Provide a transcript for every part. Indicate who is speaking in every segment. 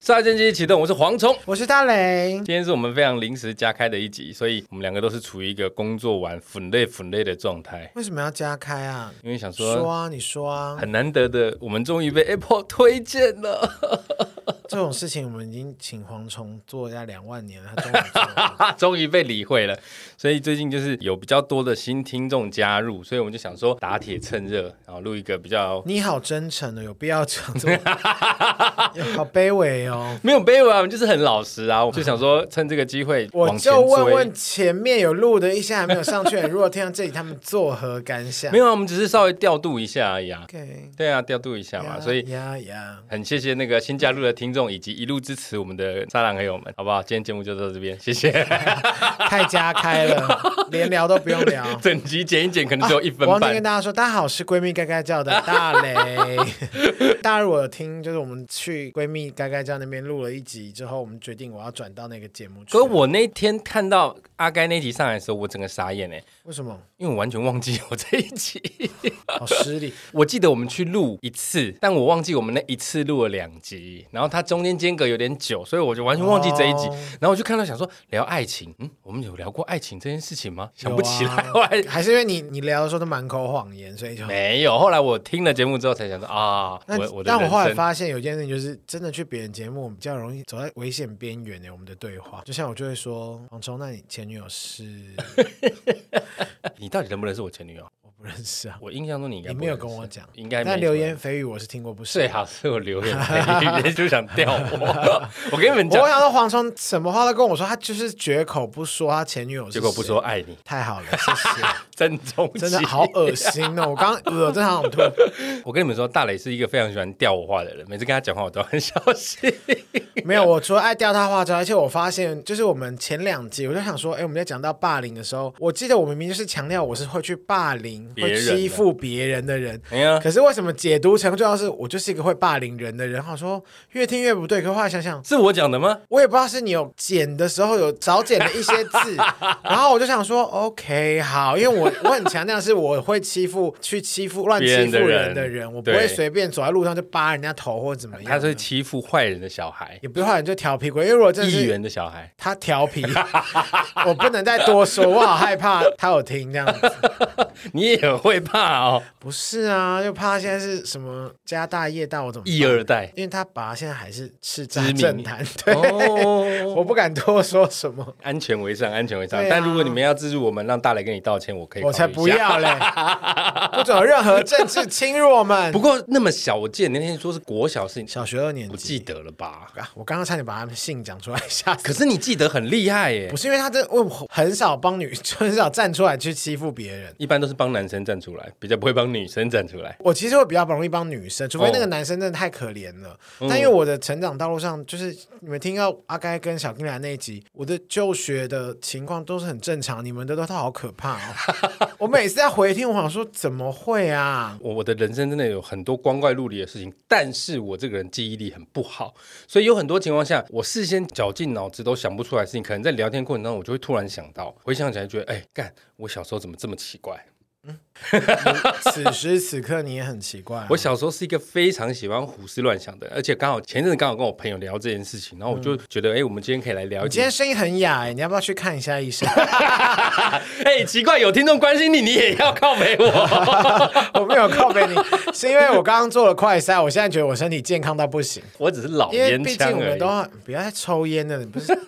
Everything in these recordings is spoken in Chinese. Speaker 1: 杀鸡机启动，我是蝗虫。
Speaker 2: 我是大雷，
Speaker 1: 今天是我们非常临时加开的一集，所以我们两个都是处于一个工作完粉累粉累的状态，
Speaker 2: 为什么要加开啊？
Speaker 1: 因为想
Speaker 2: 说
Speaker 1: 说
Speaker 2: 啊，你说啊，
Speaker 1: 很难得的，我们终于被 Apple 推荐了，
Speaker 2: 这种事情我们已经请蝗虫做了两万年了，他终于做 了
Speaker 1: 终于被理会了。所以最近就是有比较多的新听众加入，所以我们就想说打铁趁热，然后录一个比较。
Speaker 2: 你好真诚哦的，有必要讲 这么好卑微哦？
Speaker 1: 没有卑微啊，我们就是很老实啊，我就想说趁这个机会
Speaker 2: 我
Speaker 1: 往前
Speaker 2: 就
Speaker 1: 追。
Speaker 2: 问啊问前面有录的一些还没有上去的，如果听到这里，他们作何感想
Speaker 1: 没有啊，我们只是稍微调度一下而已啊。
Speaker 2: ？OK，
Speaker 1: 对啊，调度一下嘛，所以
Speaker 2: 呀呀，
Speaker 1: 很谢谢那个新加入的听众，以及一路支持我们的沙狼朋友们，好不好？今天节目就到这边，谢谢。。
Speaker 2: 太加开了，连聊都不用聊
Speaker 1: 整集剪一剪，可能只有一分
Speaker 2: 啊我忘记
Speaker 1: 半
Speaker 2: 跟。大家说，大家好，我是闺蜜该该叫的大雷。大家如果有听，就是我们去闺蜜该该叫那边录了一集之后，我们决定我要转到那个节目去。
Speaker 1: 可是我那天看到阿该那集上来的时候，我整个傻眼哎、
Speaker 2: 为什么？
Speaker 1: 因为我完全忘记有这一集。
Speaker 2: 好失礼。
Speaker 1: 我记得我们去录一次，但我忘记我们那一次录了两集，然后它中间间隔有点久，所以我就完全 忘记这一集。
Speaker 2: 哦
Speaker 1: 然后我就看到想说聊爱情，嗯，我们有聊过爱情这件事情吗？想不起来，
Speaker 2: 有
Speaker 1: 我
Speaker 2: 啊
Speaker 1: 还
Speaker 2: 还是因为你你聊的时候都满口谎言，所以就。
Speaker 1: 没有。后来我听了节目之后才想说啊，
Speaker 2: 那
Speaker 1: 我我的
Speaker 2: 但我
Speaker 1: 人
Speaker 2: 后来
Speaker 1: 生。
Speaker 2: 发现有一件事情，就是真的去别人节目，我们比较容易走在危险边缘欸的。我们的对话，就像我就会说，黄忠，那你前女友是
Speaker 1: 你到底认不认识我前女友？
Speaker 2: 我不认识啊，
Speaker 1: 我印象中你 应该
Speaker 2: 你
Speaker 1: 不
Speaker 2: 没有
Speaker 1: 认识
Speaker 2: 跟我讲
Speaker 1: 应该没
Speaker 2: 但流
Speaker 1: 什么
Speaker 2: 言蜚语我是听过不少
Speaker 1: 最。好是我留言， 别人就想吊我。我跟你们
Speaker 2: 我
Speaker 1: 讲，
Speaker 2: 想到黄忠什么话都跟我说，他就是绝口不说他前女友是
Speaker 1: 结
Speaker 2: 谁，
Speaker 1: 果不说爱你，
Speaker 2: 太好了，谢 谢，
Speaker 1: 真中
Speaker 2: 真的好恶心哦！我刚刚呃，真的 好想吐。
Speaker 1: 我跟你们说，大磊是一个非常喜欢吊我话的人，每次跟他讲话我都很小 心。
Speaker 2: 没有，我除了爱掉他话之外，而且我发现，就是我们前两集，我就想说，哎，我们在讲到霸凌的时候，我记得我明明就是强调我是会去霸凌、
Speaker 1: 别
Speaker 2: 会
Speaker 1: 人的
Speaker 2: 欺负别人的人，
Speaker 1: 哎呀，
Speaker 2: 可是为什么解读成就要是我就是一个会霸凌人的人？然后说越听越不对，可后来想想，
Speaker 1: 是我讲的吗？
Speaker 2: 我也不知道是你有剪的时候有少剪了一 些字，然后我就想说 OK 好，因为我我很强调是我会欺负去欺负乱欺
Speaker 1: 别人
Speaker 2: 负
Speaker 1: 的人
Speaker 2: 人的人，我不
Speaker 1: 对
Speaker 2: 会随便走在路上就扒人家头或者怎么
Speaker 1: 他
Speaker 2: 样，
Speaker 1: 是欺负坏人的小孩，
Speaker 2: 也不是坏人就调皮鬼，因为如果真的
Speaker 1: 议
Speaker 2: 是
Speaker 1: 员的小孩。
Speaker 2: 他调皮， 我不能再多说，我好害怕他有听这样 子。
Speaker 1: 你也会怕哦，
Speaker 2: 不是啊，就怕现在是什么家大业大，我怎么办
Speaker 1: 一二 代
Speaker 2: 因为他爸现在还是叱
Speaker 1: 知
Speaker 2: 咤
Speaker 1: 名
Speaker 2: 政坛，对，
Speaker 1: 哦。
Speaker 2: 我不敢多说什么。
Speaker 1: 安全为上，安全为上。
Speaker 2: 对啊
Speaker 1: 但如果你们要资助我们，让大磊跟你道歉，我可以。
Speaker 2: 我才不！要嘞！ 不准有任何政治侵入我们
Speaker 1: 不。过那么小，我记得你那天说是国小事情，
Speaker 2: 小学二年级，
Speaker 1: 不记得了吧？
Speaker 2: 啊！我刚刚差点把他们姓讲出来， 吓死！
Speaker 1: 可是你记得很厉害耶
Speaker 2: 不，是因为他这，我很少帮女，很少站出来去欺负别人。
Speaker 1: 一般都是帮男生站出来，比较不会帮女生站出来。
Speaker 2: 我其实会比较容易帮女生，除非
Speaker 1: 哦
Speaker 2: 那个男生真的太可怜了。但因为我的成长道路上，就是你们听到阿该跟小金兰那一集，我的就学的情况都是很正常，你们的都好可怕哦。 我每次在回听，我想说怎么会啊？
Speaker 1: 我我的人生真的有很多光怪陆离的事情，但是我这个人记忆力很不好，所以有很多情况下，我事先绞尽脑汁都想不出来的事情，可能在聊天过程当中，我就会突然想到，回想起来觉得，哎、干，我小时候怎么这么奇怪？
Speaker 2: 此时此刻你也很奇怪啊、
Speaker 1: 我小时候是一个非常喜欢胡思乱想的，而且刚好前阵子刚好跟我朋友聊这件事情，然后我就觉得，哎、我们今天可以来聊一
Speaker 2: 嗯你今
Speaker 1: 集。
Speaker 2: 天声音很哑、欸，你要不要去看一下医生？
Speaker 1: 哎、奇怪，有听众关心你，你也要靠北我。
Speaker 2: 我没有靠背你，是因为我刚刚做了快筛，我现在觉得我身体健康到不行。
Speaker 1: 我只是老
Speaker 2: 因为
Speaker 1: 哦烟
Speaker 2: 毕竟
Speaker 1: 枪
Speaker 2: 我
Speaker 1: 而
Speaker 2: 们
Speaker 1: 已
Speaker 2: 都。很不要再抽烟了，你 不是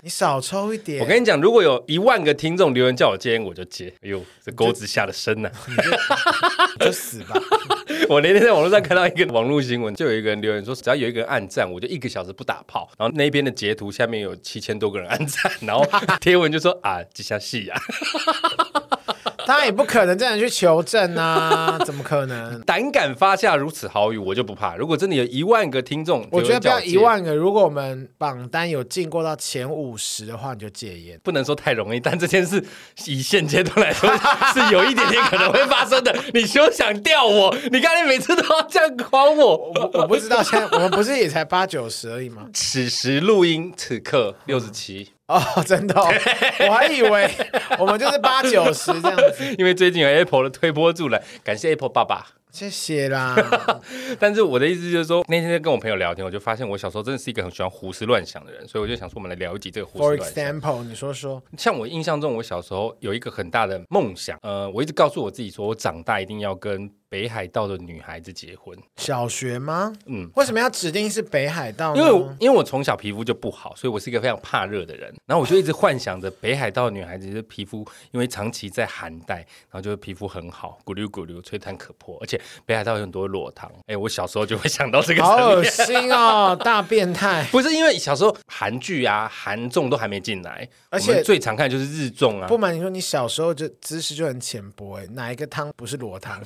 Speaker 2: 你少抽一点。
Speaker 1: 我跟你讲，如果有一万个听众留言叫我接烟，我就接。哎呦，这钩子下的深 呐、
Speaker 2: 你就死吧。
Speaker 1: 啊我那天在网络上看到一个网络新闻，就有一个人留言说，只要有一个人按赞，我就一个小时不打炮。然后那边的截图下面有七千多个人按赞，然后贴文就说啊，这下戏啊，
Speaker 2: 他也不可能这样去求 证啊，怎么可能？
Speaker 1: 胆敢发下如此豪语，我就不怕。如果真的有一万个听众，
Speaker 2: 我觉得不要
Speaker 1: 留言叫我戒
Speaker 2: 一，万个，如果我们榜单有进过到前五十的话，你就戒烟。
Speaker 1: 不能说太容易，但这件事以现阶段来说是有一点点可能会发生的。你休想吊我，你刚才每次都要这样诓我。
Speaker 2: 我我不知道现在我们不是也才八九十而已吗？
Speaker 1: 此时录音，此刻六十七。
Speaker 2: 哦，真的、哦，我还以为我们就是八九十这样子。
Speaker 1: 因为最近有 Apple 的推波助澜，感谢 Apple 爸爸。
Speaker 2: 谢谢啦。
Speaker 1: 但是我的意思就是说，那天在跟我朋友聊天，我就发现我小时候真的是一个很喜欢胡思乱想的人，所以我就想说，我们来聊一集这个胡
Speaker 2: For
Speaker 1: 思乱想。
Speaker 2: example，你说说，
Speaker 1: 像我印象中，我小时候有一个很大的梦想，呃，我一直告诉我自己说，我长大一定要跟北海道的女孩子结婚。
Speaker 2: 小学吗？
Speaker 1: 嗯，
Speaker 2: 为什么要指定是北海道呢？
Speaker 1: 因为我因为我从小皮肤就不好，所以我是一个非常怕热的人。然后我就一直幻想着北海道的女孩子的皮肤，因为长期在寒带，然后就是皮肤很好，咕溜咕溜，吹弹可破。而且北海道有很多裸汤，哎，我小时候就会想到这个
Speaker 2: 好
Speaker 1: 层
Speaker 2: 恶
Speaker 1: 面。
Speaker 2: 心哦，大变态！
Speaker 1: 不是因为小时候韩剧啊、韩综都还没进来，
Speaker 2: 而且
Speaker 1: 我们最常看就是日综啊
Speaker 2: 不。瞒你说，你小时候就知识就很浅薄哎，哪一个汤不是裸 汤？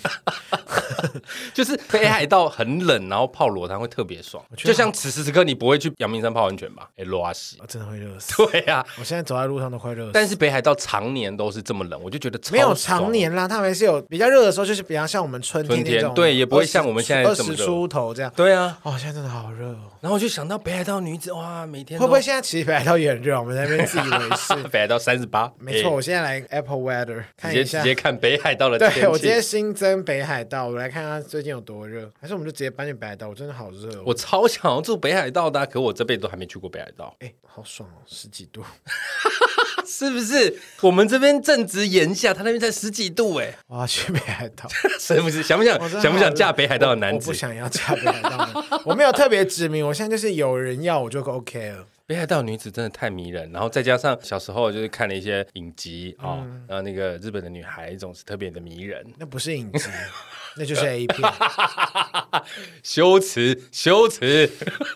Speaker 1: 就是北海道很冷，然后泡裸汤会特别爽。
Speaker 2: 觉
Speaker 1: 就
Speaker 2: 得
Speaker 1: 像此时此刻，你不会去阳明山泡温泉吧？哎、裸啊洗。
Speaker 2: 我真的会热死。
Speaker 1: 对啊，
Speaker 2: 我现在走在路上都快热死。
Speaker 1: 但是北海道常年都是这么冷，我就觉得超
Speaker 2: 没有
Speaker 1: 爽
Speaker 2: 常年啦，他们还是有比较热的时候，就是比较像我们春天
Speaker 1: 春天
Speaker 2: 那种，
Speaker 1: 对也不会像我们现在
Speaker 2: 二
Speaker 1: 这么
Speaker 2: 十
Speaker 1: 热
Speaker 2: 出头这样。
Speaker 1: 对啊，
Speaker 2: 哦，现在真的好热哦！
Speaker 1: 然后我就想到北海道女子，哇，每天
Speaker 2: 会
Speaker 1: 都。
Speaker 2: 不会现在其实北海道也很热？我们在那边自以为 是
Speaker 1: 北海道三十八？
Speaker 2: 没错，
Speaker 1: 哎
Speaker 2: 我现在来 Apple Weather 看
Speaker 1: 直接
Speaker 2: 一下
Speaker 1: 直。接看北海道的天气。
Speaker 2: 对，我今天新增北海道，我来看看最近有多热。还是我们就直接搬去北海道？我真的好热、哦，
Speaker 1: 我超想要住北海道的啊、可我这辈子都还没去过北海道，
Speaker 2: 哎、好爽哦，十几度。
Speaker 1: 是不是？我们这边正值炎夏，他那边才十几度哎、
Speaker 2: 我要去北海道，
Speaker 1: 是不是？想不想
Speaker 2: 我真的
Speaker 1: 想不
Speaker 2: 好
Speaker 1: 想
Speaker 2: 热
Speaker 1: 嫁北海道的
Speaker 2: 我
Speaker 1: 男
Speaker 2: 不
Speaker 1: 子？
Speaker 2: 想要嫁北海道 的，我没有特别指明，我现在就是有人要我就 OK 了。
Speaker 1: 北海道女子真的太迷人，然后再加上小时候就是看了一些影集啊、哦然后那个日本的女孩总是特别的迷人，
Speaker 2: 那不是影 集，那就是 A 片。
Speaker 1: 羞耻羞 耻，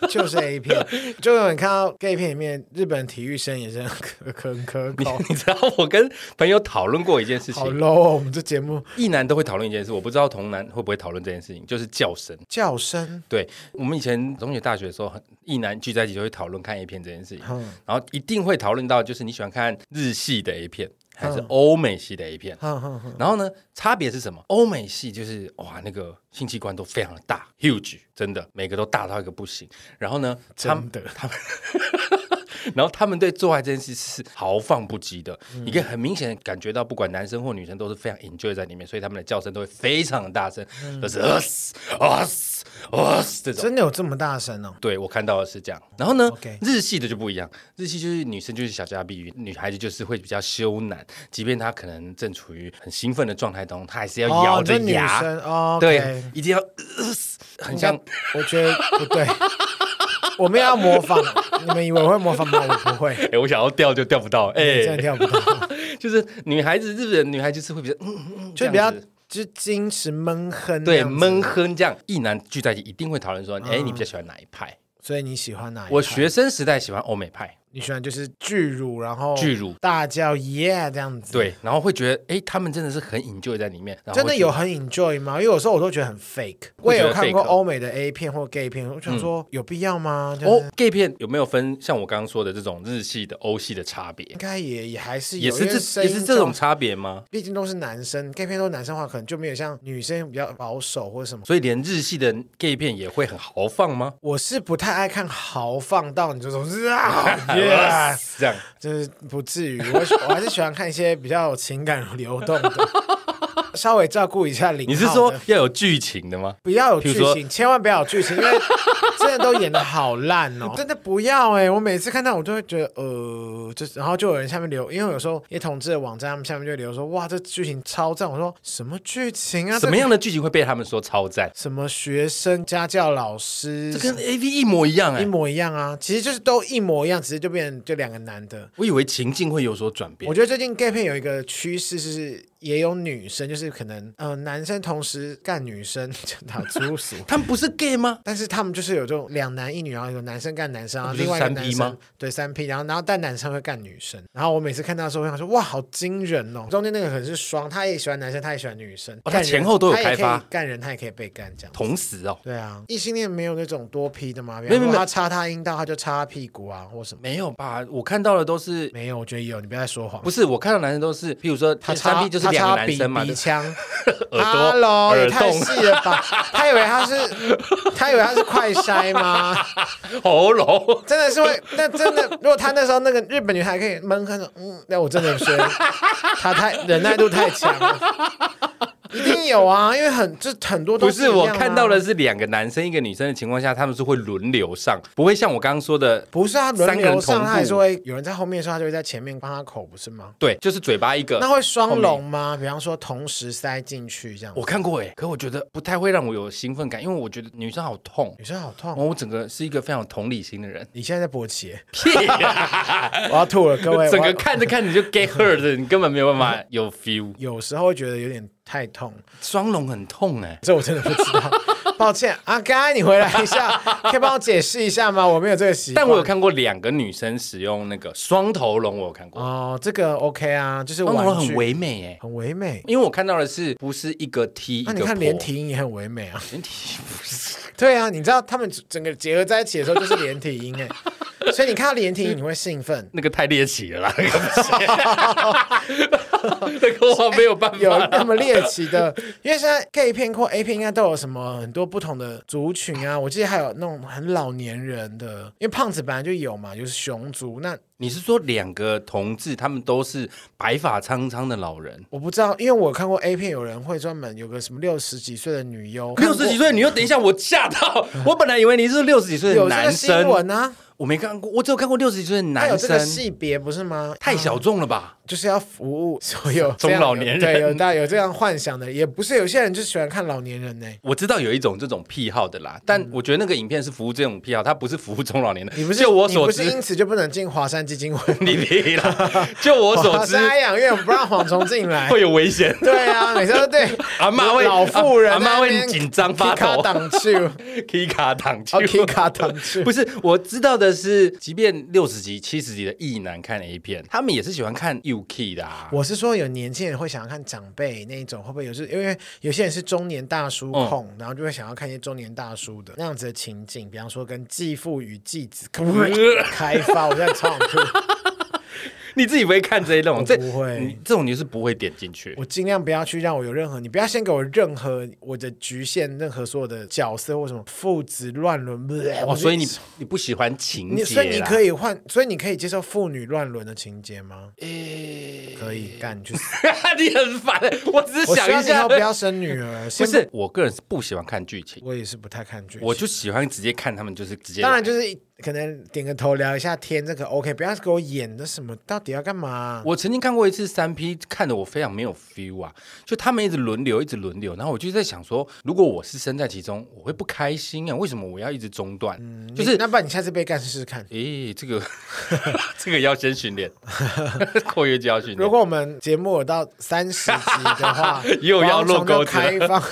Speaker 2: 就是 A 片， 就是你看到 gay 片里面，日本体育生也是很可很可口，
Speaker 1: 你知道我跟朋友讨论过一件事
Speaker 2: 好
Speaker 1: 情，
Speaker 2: low 哦！我们这节目
Speaker 1: 一男都会讨论一件事，我不知道同男会不会讨论这件事情，就是叫声。
Speaker 2: 叫声，
Speaker 1: 对我们以前中学、大学的时候，很一男聚在一起就会讨论看 A 片这件事情，
Speaker 2: 嗯
Speaker 1: 然后一定会讨论到就是你喜欢看日系的 A 片还是
Speaker 2: 嗯
Speaker 1: 欧美系的 A 片。
Speaker 2: 哼哼哼，
Speaker 1: 然后呢，差别是什么？欧美系就是哇，那个性器官都非常的大，huge，真的每个都大到一个不行。然后呢，他们
Speaker 2: 真的，
Speaker 1: 然后他们对做爱这件事是豪放不羁的，你可以很明显地感觉到，不管男生或女生都是非常 enjoy 在里面，所以他们的叫声都会非常的大声，就是啊嘶啊嘶啊嘶这种。
Speaker 2: 真的嗯有这么大声哦？
Speaker 1: 对，我看到的是这样。然后呢
Speaker 2: OK
Speaker 1: 日系的就不一样，日系就是女生就是小家碧玉，女孩子就是会比较羞赧，即便她可能正处于很兴奋的状态中，她还是要咬
Speaker 2: 哦，
Speaker 1: 着
Speaker 2: 这女
Speaker 1: 牙，
Speaker 2: 生哦，
Speaker 1: 对
Speaker 2: OK，
Speaker 1: 一定要、呃嘶很
Speaker 2: 应
Speaker 1: 像
Speaker 2: 该我觉得不对， 我们要模仿，你们以为我会模仿吗？我 不会，
Speaker 1: 哎、我想要掉就掉不到，哎、
Speaker 2: 真的跳 不到，
Speaker 1: 就是女孩子，日本女孩就是会比较，嗯嗯嗯，
Speaker 2: 就
Speaker 1: 这
Speaker 2: 比较
Speaker 1: 样子
Speaker 2: 就矜持闷哼，
Speaker 1: 对闷，哼这样。一男聚在一起一定会讨论
Speaker 2: 嗯
Speaker 1: 说，哎、你比较喜欢哪一派？
Speaker 2: 所以你喜欢哪一派？
Speaker 1: 我学生时代喜欢欧美派，
Speaker 2: 你喜欢就是巨乳，然后
Speaker 1: 巨乳
Speaker 2: 大叫耶这样子，。
Speaker 1: 对，然后会觉得，哎、他们真的是很 enjoy 在里面，然后
Speaker 2: 真
Speaker 1: 会
Speaker 2: 的
Speaker 1: 觉
Speaker 2: 有很 enjoy 吗？因为有时候我都觉得很 fake。我也有看过
Speaker 1: fake
Speaker 2: 欧美的 A 片或 gay 片，我想说有必要吗？
Speaker 1: 得。
Speaker 2: 哦
Speaker 1: 嗯哦，，gay 片有没有分像我刚刚说的这种日系的、欧系的差别
Speaker 2: 应？该也也还是有
Speaker 1: 也是
Speaker 2: 因为
Speaker 1: 这
Speaker 2: 声
Speaker 1: 也
Speaker 2: 音
Speaker 1: 是这种
Speaker 2: 中
Speaker 1: 差别吗？
Speaker 2: 毕竟都是男生，gay 片都是男生的话，可能就没有像女生比较保守或者什么。
Speaker 1: 所以连日系的 gay 片也会很豪放 吗？
Speaker 2: 我是不太爱看豪放到你这种啊 ，yeah，
Speaker 1: 这样
Speaker 2: 就是不至于。我喜我还是喜欢看一些比较有情感流动的，稍微照顾一下零。
Speaker 1: 你是说要有剧情的吗？
Speaker 2: 不要有
Speaker 1: 譬如
Speaker 2: 剧
Speaker 1: 说
Speaker 2: 情，千万不要有剧情，因为真的都演的好烂哦，真的不要哎、我每次看到我都会觉得呃，就是然后就有人下面留，因为有时候一些同志的网站，他们下面就会留说哇，这剧情超赞，我说什么剧情啊？
Speaker 1: 什么
Speaker 2: 这个？
Speaker 1: 样的剧情会被他们说超赞？
Speaker 2: 什么学生家教老师？
Speaker 1: 这跟 A V 一模一样哎、
Speaker 2: 一模一样啊，其实就是都一模一样，只是就变成就两个男的。
Speaker 1: 我以为情境会有所转变
Speaker 2: 我。觉得最近 gay 片有一个趋势是，也有女生，就是可能呃男生同时干女生，就打粗 俗。
Speaker 1: 他们不是 gay 吗？
Speaker 2: 但是他们就是有这种两男一女，然啊后有男生干男生，然后
Speaker 1: 那不就是
Speaker 2: 另外一
Speaker 1: 三
Speaker 2: 个
Speaker 1: P
Speaker 2: 男
Speaker 1: 吗
Speaker 2: 生对三 P，然后然后但男生会干女生，然后我每次看到的时候，我想说哇，好惊人哦！中间那个可能是双，他也喜欢男生，他也喜欢女生，
Speaker 1: 哦他
Speaker 2: 干人
Speaker 1: 前后都有
Speaker 2: 他也可以
Speaker 1: 开发
Speaker 2: 干人他也可以被干这样。
Speaker 1: 同时哦，
Speaker 2: 对啊，异性恋没有那种多 P 的吗？没
Speaker 1: 没有没有
Speaker 2: 他插他阴道，他就插他屁股啊，或什么？
Speaker 1: 没有吧？我看到的都是
Speaker 2: 没有，我觉得有，你不要再说谎
Speaker 1: 不。是？我看到男生都是，譬如说
Speaker 2: 他
Speaker 1: 三
Speaker 2: 插
Speaker 1: P 就是
Speaker 2: 他
Speaker 1: 两
Speaker 2: 插
Speaker 1: 个男生嘛，
Speaker 2: 鼻
Speaker 1: 就
Speaker 2: 鼻
Speaker 1: 是
Speaker 2: 腔，
Speaker 1: 耳朵
Speaker 2: Hello，也
Speaker 1: 耳
Speaker 2: 太
Speaker 1: 洞、
Speaker 2: 细了吧？他以为他是，他以为他是快 筛吗？
Speaker 1: 喉咙。
Speaker 2: 真的是会，那真的，如果他那时候那个日本女孩 可以闷哼着，嗯，那我真的觉得他太忍耐度太强了。一定有啊，因为很这很多都
Speaker 1: 不
Speaker 2: 是
Speaker 1: 是
Speaker 2: 一
Speaker 1: 我
Speaker 2: 样啊
Speaker 1: 看到的，是两个男生一个女生的情况下，他们是会轮流上，不会像我刚刚说的，
Speaker 2: 不是啊，轮
Speaker 1: 三个人
Speaker 2: 流
Speaker 1: 同
Speaker 2: 上，他还
Speaker 1: 步
Speaker 2: 是会有人在后面的时候，他就会在前面帮他口，不是吗？
Speaker 1: 对，就是嘴巴一个。
Speaker 2: 那会
Speaker 1: 后
Speaker 2: 双
Speaker 1: 面
Speaker 2: 龙吗？比方说同时塞进去这样，
Speaker 1: 我看过哎、可我觉得不太会让我有兴奋感，因为我觉得女生好痛。
Speaker 2: 女生好
Speaker 1: 然
Speaker 2: 痛。啊
Speaker 1: 后我整个是一个非常有同理心的 人，
Speaker 2: 你现在在勃 起耶，
Speaker 1: 屁啦、
Speaker 2: 我要吐了，各位。
Speaker 1: 整
Speaker 2: 我
Speaker 1: 个
Speaker 2: 要
Speaker 1: 看着看着就 get hurt，了你根本没有办法有 feel。
Speaker 2: 有时候会觉得有点太痛，
Speaker 1: 双龙很痛哎、
Speaker 2: 这我真的不知道， 抱歉。阿甘，你回来一 下，可以帮我解释一下吗？我没有这个习惯。
Speaker 1: 但我有看过两个女生使用那个双头龙，我有看过，
Speaker 2: 哦，这个 OK 啊，就是
Speaker 1: 双头龙
Speaker 2: 玩
Speaker 1: 很
Speaker 2: 具
Speaker 1: 唯美哎、
Speaker 2: 很唯美。
Speaker 1: 因为我看到的是不是一个 T 一
Speaker 2: 那
Speaker 1: 个
Speaker 2: 啊你看
Speaker 1: 婆
Speaker 2: 连体婴也很唯美啊，
Speaker 1: 连体不是
Speaker 2: 对啊，你知道他们整个结合在一起的时候就是连体婴哎、所以你看到连体婴你会兴奋，
Speaker 1: 那个太猎奇了啦，那个不行 那个我没有办 法。
Speaker 2: 有那么猎奇的，因为现在 gay 片或 A 片应该都有什么很多不同的族群啊，我记得还有那种很老年人的，因为胖子本来就有嘛，就是熊族。那
Speaker 1: 你是说两个同志他们都是白发苍苍的老人？
Speaker 2: 我不知道，因为我看过 A 片，有人会专门有个什么六十几岁的女优，
Speaker 1: 六十几岁，你又等一下，我吓到！我本来以为你是六十几岁的
Speaker 2: 有这
Speaker 1: 男
Speaker 2: 个新
Speaker 1: 生，
Speaker 2: 闻啊，
Speaker 1: 我没看过，我只有看过六十几岁的
Speaker 2: 它有
Speaker 1: 男
Speaker 2: 这个
Speaker 1: 生，
Speaker 2: 系别不是吗？哎
Speaker 1: 太小众了吧？
Speaker 2: 就是要服务所有
Speaker 1: 中
Speaker 2: 这样
Speaker 1: 老
Speaker 2: 有
Speaker 1: 年
Speaker 2: 对，
Speaker 1: 人
Speaker 2: 有大有这样幻想的，也不是有些人就喜欢看老年人呢、
Speaker 1: 我知道有一种这种癖好的啦，但我觉得那个影片是服务这种癖好，它不是服务中老年的。
Speaker 2: 嗯你不是
Speaker 1: 就我
Speaker 2: 你
Speaker 1: 所
Speaker 2: 不是
Speaker 1: 知，
Speaker 2: 因此就不能进华山基金会？
Speaker 1: 你屁啦！就我所
Speaker 2: 华
Speaker 1: 知，
Speaker 2: 山养院不让蝗虫 进来。
Speaker 1: 会有危险。
Speaker 2: 对啊，每次都对
Speaker 1: 阿嬷会
Speaker 2: 老妇人
Speaker 1: 阿
Speaker 2: 在那
Speaker 1: 嬷会
Speaker 2: 边
Speaker 1: 紧张发抖
Speaker 2: 踢卡挡去，
Speaker 1: K 卡挡
Speaker 2: 哦
Speaker 1: 球
Speaker 2: k 卡挡 去
Speaker 1: 不。是，我知道的是，即便六十级、七十级的异男看 A 片，他们也是喜欢看 UK 的啊。
Speaker 2: 我是说，有年轻人会想要看长辈那一种，会不会有？是因为有些人是中年大叔控，
Speaker 1: 嗯
Speaker 2: 然后就会想要看一些中年大叔的那样子的情景，比方说跟继父与继子
Speaker 1: 嗯
Speaker 2: 开发，我在唱歌，
Speaker 1: 你自己不会看这一种，
Speaker 2: 我
Speaker 1: 这
Speaker 2: 不会
Speaker 1: 你这种你是不会点进去。
Speaker 2: 我尽量不要去让我有任何，你不要先给我任何我的局限，任何所有的角色或什么父子乱伦，
Speaker 1: 哦，所以你你不喜欢情
Speaker 2: 你
Speaker 1: 节
Speaker 2: 所以你 可
Speaker 1: 以，
Speaker 2: 以换，所以你可以接受父女乱伦的情节吗？
Speaker 1: 呃诶
Speaker 2: 可以，干你去死！
Speaker 1: 你很烦。我只是
Speaker 2: 我
Speaker 1: 想
Speaker 2: 希望
Speaker 1: 一
Speaker 2: 你以
Speaker 1: 下
Speaker 2: 后，不要生女儿，
Speaker 1: 不
Speaker 2: 先，
Speaker 1: 是，我个人是不喜欢看剧情，
Speaker 2: 我也是不太看剧情。
Speaker 1: 我就喜欢直接看他们，就是直接来。
Speaker 2: 当然就是可能点个头聊一下天，这个 OK，不要给我演的什么，到底要干嘛、
Speaker 1: 我曾经看过一次三 P，看得我非常没有 feel 啊，就他们一直轮流，一直轮流，然后我就在想说，如果我是身在其中，我会不开心啊，为什么我要一直中断？就是
Speaker 2: 你，那不然你下次被干试试看。
Speaker 1: 诶，这个 这个要先训练， 括约肌要训
Speaker 2: 如
Speaker 1: 练。，
Speaker 2: 果我们节目有到三十集的话
Speaker 1: 又要
Speaker 2: 蝗虫
Speaker 1: 落钩
Speaker 2: 就
Speaker 1: 子了
Speaker 2: 开放，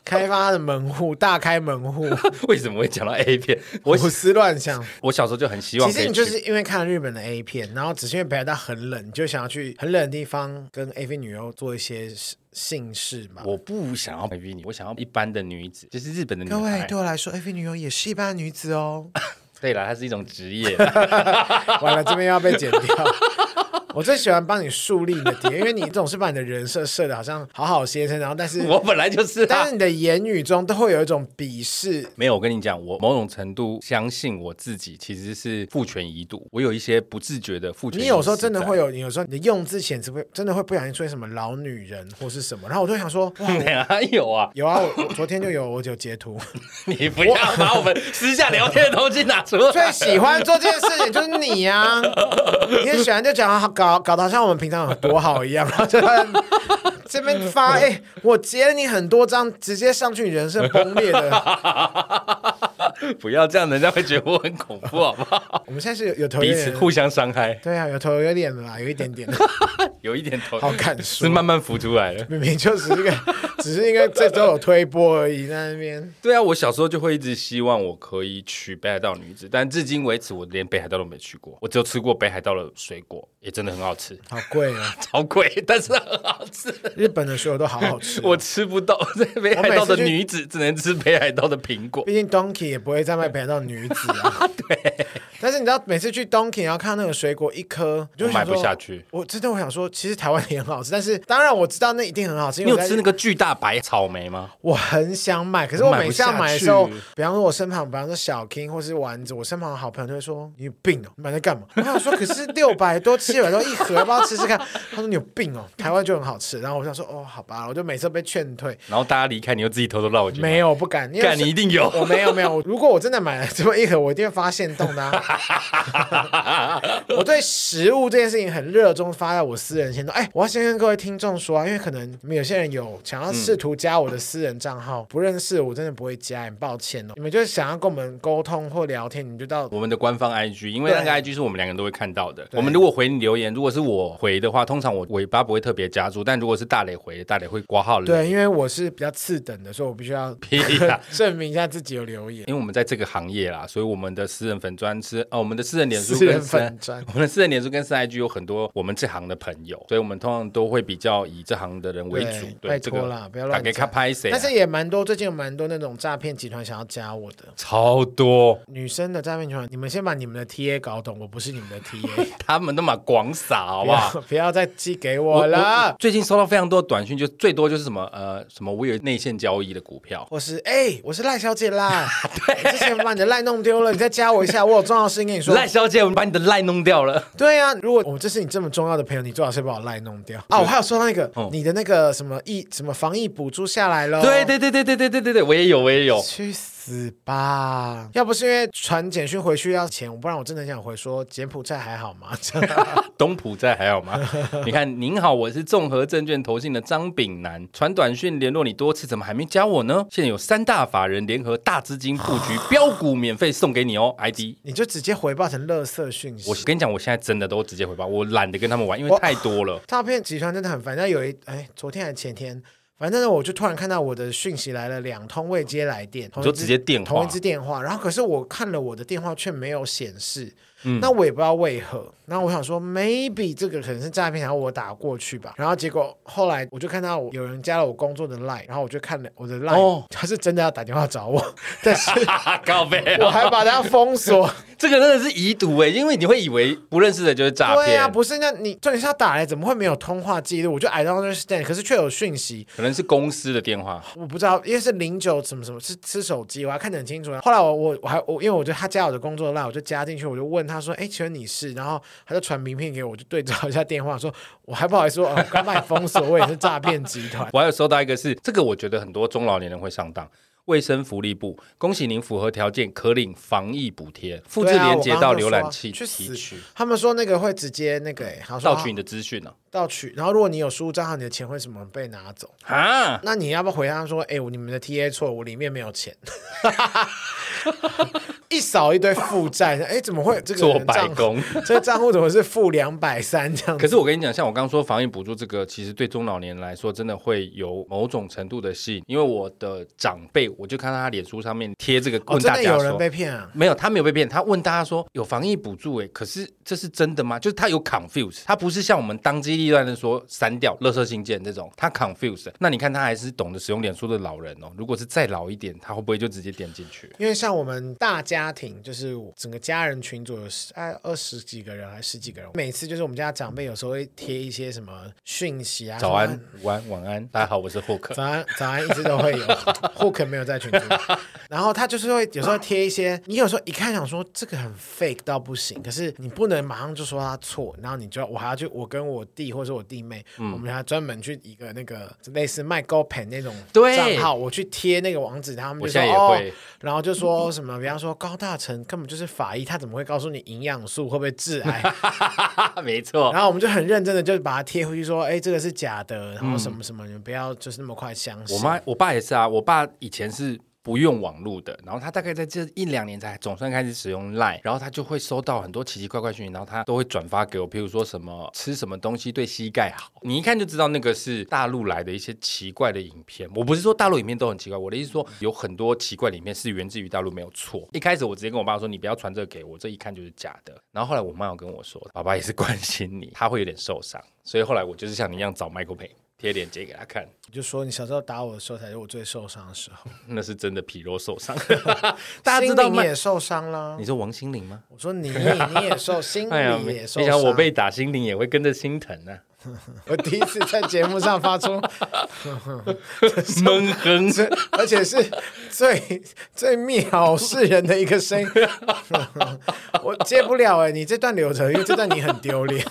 Speaker 2: 开放他的门户，大开门户，
Speaker 1: 为什么会讲到 A 片？我
Speaker 2: 胡思乱想。
Speaker 1: 我小时候就很希望
Speaker 2: 其
Speaker 1: 可
Speaker 2: 实
Speaker 1: 以
Speaker 2: 你就
Speaker 1: 去。
Speaker 2: 是因为看了日本的 A 片，然后只是因为北海道很冷，你就想要去很冷的地方跟 AV 女优做一些性事嘛。
Speaker 1: 我不想要美女你，我想要一般的女子，就是日本的女
Speaker 2: 各位
Speaker 1: 孩。，
Speaker 2: 对我来说，AV 女优也是一般的女子哦。
Speaker 1: 对了，它是一种职业。 啊
Speaker 2: 完了，这边又要被剪掉。 我最喜欢帮你树立你的点，因为你总是把你的人设设的好像好好先生，然后但是
Speaker 1: 我本来就是、啊。
Speaker 2: 但是你的言语中都会有一种鄙视。
Speaker 1: 没有，我跟你讲，我某种程度相信我自己其实是父权遗毒，我有一些不自觉的父权遗
Speaker 2: 你
Speaker 1: 毒。
Speaker 2: 有时候真的 会，有，你有时候你的用字遣词会真的会不小心出现什么老女人或是什么，然后我就想说，哇，
Speaker 1: 哪有啊？
Speaker 2: 有啊，我我昨天就有，我就有截图。
Speaker 1: 你不要把我们 私下聊天的东西拿出
Speaker 2: 最
Speaker 1: 来。
Speaker 2: 喜欢做这件事情就是你 呀、你很喜欢就讲搞搞得好像我们平常有多好一样， 然后就很这边 发哎、我截了你很多张，直接上去你人设崩 裂的。
Speaker 1: 啊 不要这样，人家会觉得我很恐怖，好不 好？
Speaker 2: 我们现在是有有头有
Speaker 1: 彼此
Speaker 2: 脸，
Speaker 1: 互相伤害，
Speaker 2: 对啊，有头有脸的啦，有一点点，
Speaker 1: 有一点头
Speaker 2: 好敢
Speaker 1: 是
Speaker 2: 说。
Speaker 1: 慢慢浮出来了。
Speaker 2: 明明就只是一个，只是一个这周有推波而已，在那边
Speaker 1: 对啊，我小时候就会一直希望我可以娶北海道女子，但至今为止我连北海道都没去过，我只有吃过北海道的水果，也真的很好吃，
Speaker 2: 好贵哦。
Speaker 1: 超贵，但是很好吃。
Speaker 2: 日本的水果都好好吃，
Speaker 1: 我吃不到 北海道
Speaker 2: 啊我每次
Speaker 1: 的
Speaker 2: 去
Speaker 1: 女子，只能吃北海道的苹果。
Speaker 2: 毕竟 Donkey 也不会再卖北海道女子啊。对，但是你知道，每次去 Donkey 然后看到那个水果一颗，你就
Speaker 1: 我
Speaker 2: 会想
Speaker 1: 买
Speaker 2: 说
Speaker 1: 不下去。
Speaker 2: 我真的我想说，其实台湾也很好吃，但是当然我知道那一定很好吃，因
Speaker 1: 你有
Speaker 2: 为我在
Speaker 1: 吃那个巨大白草莓吗？
Speaker 2: 我很想买，可是我
Speaker 1: 嗯买不
Speaker 2: 每次要
Speaker 1: 下
Speaker 2: 买的时候
Speaker 1: 去，
Speaker 2: 比方说我身旁，比方说小 King 或是丸子，我身旁的好朋友就会说：“你有病哦、你买那干嘛？”我想说：“可是六百多、七百多一盒，要不要吃吃看？”他说：“你有病哦、台湾就很好吃。”然后我想说：“哦，好吧。”我就每次都被劝退，
Speaker 1: 然后大家离开，你又自己偷偷绕回去买。
Speaker 2: 没有不敢，因为
Speaker 1: 干，你一定有。
Speaker 2: 我没有没有，如果我真的买了这么一盒，我一定会发现动的、啊。 我对食物这件事情很热衷，发在我私人线动。哎，我要先跟各位听众说啊，因为可能你们有些人有想要试图加我的私人账号，不认识我真的不会加，很抱歉哦。你们就是想要跟我们沟通或聊天，你们就到
Speaker 1: 我们的官方 IG，因为
Speaker 2: 对
Speaker 1: 那个 IG 是我们两个人都会看到的。我们如果回你留言，如果是我回的话，通常我尾巴不会特别加注，但如果是大磊回的，大磊会挂号雷。
Speaker 2: 对，因为我是比较次等的，所以我必须要
Speaker 1: 屁啊啦
Speaker 2: 证明一下自己有留言。
Speaker 1: 因为我们在这个行业啦，所以我们的私人粉专是哦，我们的私人脸书
Speaker 2: 私人
Speaker 1: 跟
Speaker 2: 粉砖
Speaker 1: 我们的私人脸书跟私人 IG 有很多我们这行的朋友，所以我们通常都会比较以这行的人为主。
Speaker 2: 拜
Speaker 1: 对，这
Speaker 2: 托
Speaker 1: 个
Speaker 2: 啦，不要
Speaker 1: 打
Speaker 2: 乱
Speaker 1: 给他
Speaker 2: 加。
Speaker 1: 拍谁啊？
Speaker 2: 但是也蛮多，最近有蛮多那种诈骗集团想要加我的。
Speaker 1: 超多，
Speaker 2: 女生的诈骗集团，你们先把你们的 TA 搞懂，我不是你们的 TA，
Speaker 1: 他们都嘛广撒， 好
Speaker 2: 好
Speaker 1: 不好？
Speaker 2: 不要不要再寄给 我了。
Speaker 1: 最近收到非常多的短讯，就最多就是什么呃什么，我有内线交易的股票，
Speaker 2: 我是哎、我是赖小姐 啦。对，之前把你的赖弄丢了，你再加我一下，我有重要的事情跟你说。
Speaker 1: 赖小姐，我们把你的赖弄掉了。
Speaker 2: 对啊，如果我这是你这么重要的朋友，你最好是把我赖弄掉啊。我还有说到那个、
Speaker 1: 嗯
Speaker 2: 你的那个什么疫什么防疫补助下来了，
Speaker 1: 对对对对对对对对对，我也有我也有。
Speaker 2: 去死吧！要不是因为传简讯回去要钱，不然我真的很想回说柬埔寨还好吗？ 这样
Speaker 1: 东浦在还好吗？ 你看，您好，我是综合证券投信的张炳南，传短讯联络你多次，怎么还没加我呢？现在有三大法人联合大资金布局标股，免费送给你 哦，ID。
Speaker 2: 你就直接回报成垃圾讯息。
Speaker 1: 我跟你讲，我现在真的都直接回报，我懒得跟他们玩，因为太多了。
Speaker 2: 诈骗集团真的很烦。那有一哎，昨天还前天，反正呢，我就突然看到我的讯息来了两通未接来电，同
Speaker 1: 你
Speaker 2: 一
Speaker 1: 就
Speaker 2: 支
Speaker 1: 直接电
Speaker 2: 同
Speaker 1: 话
Speaker 2: 一， 支电话，然后可是我看了我的电话却没有显示，
Speaker 1: 嗯
Speaker 2: 那我也不知道为何。然后我想说，maybe 这个可能是诈骗，然后我打过去吧。然后结果后来我就看到有人加了我工作的 line，然后我就看了我的 line，、
Speaker 1: 哦
Speaker 2: 他是真的要打电话找我， 但是
Speaker 1: 告白
Speaker 2: 我还把他封锁。
Speaker 1: 啊这个真的是遗毒哎，因为你会以为不认识的就是诈
Speaker 2: 对
Speaker 1: 骗，
Speaker 2: 啊，不是那你重点是他打来怎么会没有通话记录？我就 I don't understand，可是却有讯息。
Speaker 1: 可能是公司的电话。
Speaker 2: 我不知道，因为是零九什么什么，是吃手机，我还看得很清楚。啊后来我我我还我，因为我觉得他加我的工作赖，我就加进去，我就问他说：“哎，请问你是？”然后他就传名片给我，我就对照一下电话，说：“我还不好意思说，哦、我刚把你封锁，我也是诈骗集团。
Speaker 1: 我还有收到一个是这个，我觉得很多中老年人会上当。卫生福利部，恭喜您符合条件，可领防疫补贴。复制
Speaker 2: 对啊
Speaker 1: 连接到
Speaker 2: 我刚刚就
Speaker 1: 浏
Speaker 2: 说啊
Speaker 1: 览器
Speaker 2: 去
Speaker 1: 提
Speaker 2: 死
Speaker 1: 取，”
Speaker 2: 他们说那个会直接那个，哎，好说
Speaker 1: 盗取你
Speaker 2: 好
Speaker 1: 的资讯哦呢？
Speaker 2: 盗取，然后如果你有输入账号，你的钱会什么被拿走？
Speaker 1: 啊，
Speaker 2: 那你要不要回他说：“哎，我你们的 TA 错，我里面没有钱。” 一扫一堆负债，哎，怎么会这个
Speaker 1: 做
Speaker 2: 人
Speaker 1: 白
Speaker 2: 账户
Speaker 1: 工。
Speaker 2: 这个账户怎么是负两百三这样
Speaker 1: 可
Speaker 2: 子？
Speaker 1: 是我跟你讲，像我刚刚说防疫补助这个，其实对中老年人来说，真的会有某种程度的吸引。因为我的长辈，我就看到他脸书上面贴这个，
Speaker 2: 哦，
Speaker 1: 问
Speaker 2: 真
Speaker 1: 大
Speaker 2: 的
Speaker 1: 家
Speaker 2: 有
Speaker 1: 说
Speaker 2: 人，被骗啊？
Speaker 1: 没有，他没有被骗。他问大家说有防疫补助哎，可是这是真的吗？就是他有 confuse，他不是像我们当机立断的说删掉垃圾信件这种，他 confuse。那你看他还是懂得使用脸书的老人哦。如果是再老一点，他会不会就直接点进去？
Speaker 2: 因为像我们大家庭，就是整个家人群组有十哎二十几个人还是十几个人，每次就是我们家长辈有时候会贴一些什么讯息啊，
Speaker 1: 早
Speaker 2: 什
Speaker 1: 安
Speaker 2: 么。、
Speaker 1: 午安、晚安，大家好，我是霍克。
Speaker 2: 早安，早安，一直都会有，Hook 没有在群组里，然后他就是会有时候贴一些，你有时候一看想说这个很 fake 到不行，可是你不能马上就说他错，然后你就我还要去，我跟我弟或者我弟妹，
Speaker 1: 嗯
Speaker 2: 我们还专门去一个那个类似卖 Go Pen 那种
Speaker 1: 对
Speaker 2: 账号，我去贴那个网址，他们
Speaker 1: 我
Speaker 2: 就
Speaker 1: 现在
Speaker 2: 说
Speaker 1: 也
Speaker 2: 哦
Speaker 1: 会，
Speaker 2: 然后就说什么，比方说高大成根本就是法医，他怎么会告诉你营养素会不会致癌？ 哦
Speaker 1: 没错。
Speaker 2: 然后我们就很认真的就把它贴回去说，哎，这个是假的，然后什么什么，你们不要就是那么快相
Speaker 1: 嗯
Speaker 2: 信。
Speaker 1: 我妈、我爸也是啊。我爸以前是不用网络的，然后他大概在这一两年才总算开始使用 Line，然后他就会收到很多奇奇怪怪讯息，然后他都会转发给我，譬如说什么吃什么东西对膝盖好，你一看就知道那个是大陆来的一些奇怪的影片。我不是说大陆影片都很奇怪，我的意思说有很多奇怪的影片是源自于大陆，没有错。一开始我直接跟我爸说，你不要传这个给我，这一看就是假的。然后后来 我妈有跟我说，爸爸也是关心你，他会有点受伤，所以后来我就是像你一样找 Michael Pay。贴链接给他看，
Speaker 2: 你就说你小时候打我的时候才是我最受伤的时候，
Speaker 1: 那是真的皮肉受 伤。 大家知
Speaker 2: 心
Speaker 1: 道
Speaker 2: 灵
Speaker 1: 吗？
Speaker 2: 也受伤啦
Speaker 1: 你。说王心凌吗？
Speaker 2: 我说你你也受，心
Speaker 1: 哎呀，
Speaker 2: 里
Speaker 1: 没
Speaker 2: 也
Speaker 1: 没
Speaker 2: 受伤。
Speaker 1: 想到我被打心灵也会跟着心疼啊，
Speaker 2: 我第一次在节目上发出，
Speaker 1: 闷哼。
Speaker 2: 这而且是最最藐视人的一个声音， 我接不了哎、你这段留着，因为这段你很丢脸，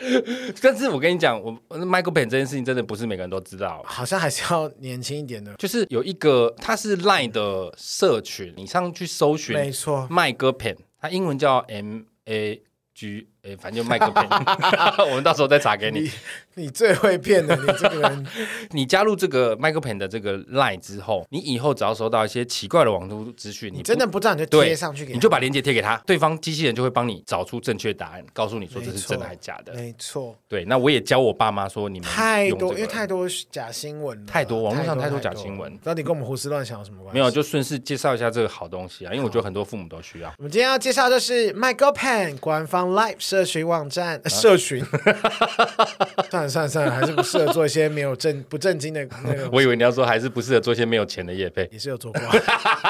Speaker 1: 但是我跟你讲，我我 Michael Pan 这件事情真的不是每个人都知道。
Speaker 2: 好像还是要年轻一点的。
Speaker 1: 就是有一个，它是 Line 的社群，你上去搜寻
Speaker 2: 没错，
Speaker 1: 麦哥 Pen，它英文叫 M A G，哎，反正就麦哥 Pen，我们 到时候再查给你。
Speaker 2: 你你最会骗的，你这个人
Speaker 1: 你加入这个 Michael Pen 的这个 Line 之后，你以后只要收到一些奇怪的网络资讯， 你
Speaker 2: 真的不知道你就
Speaker 1: 对
Speaker 2: 贴上去给
Speaker 1: 你
Speaker 2: 他。
Speaker 1: 就把链接贴给他，对方机器人就会帮你找出正确答案，告诉你说这是真的还是假的。
Speaker 2: 没错，
Speaker 1: 对，那我也教我爸妈说，你们
Speaker 2: 太
Speaker 1: 用这
Speaker 2: 多，
Speaker 1: 个
Speaker 2: 因为太多假新闻了，
Speaker 1: 太多网络上
Speaker 2: 太
Speaker 1: 太多
Speaker 2: 多
Speaker 1: 假新闻
Speaker 2: 到底跟我们胡思乱想有什么关系？
Speaker 1: 没有，就顺势介绍一下这个好东西啊，因为我觉得很多父母都需要。
Speaker 2: 我们今天要介绍的是 m i c h a e Pan 官方 Live 社群网站、呃
Speaker 1: 啊
Speaker 2: 社群。 算了算了算了，还是不适合做一些没有正不正经的那个。
Speaker 1: 我以为你要说还是不适合做一些没有钱的业配。
Speaker 2: 也是有做过，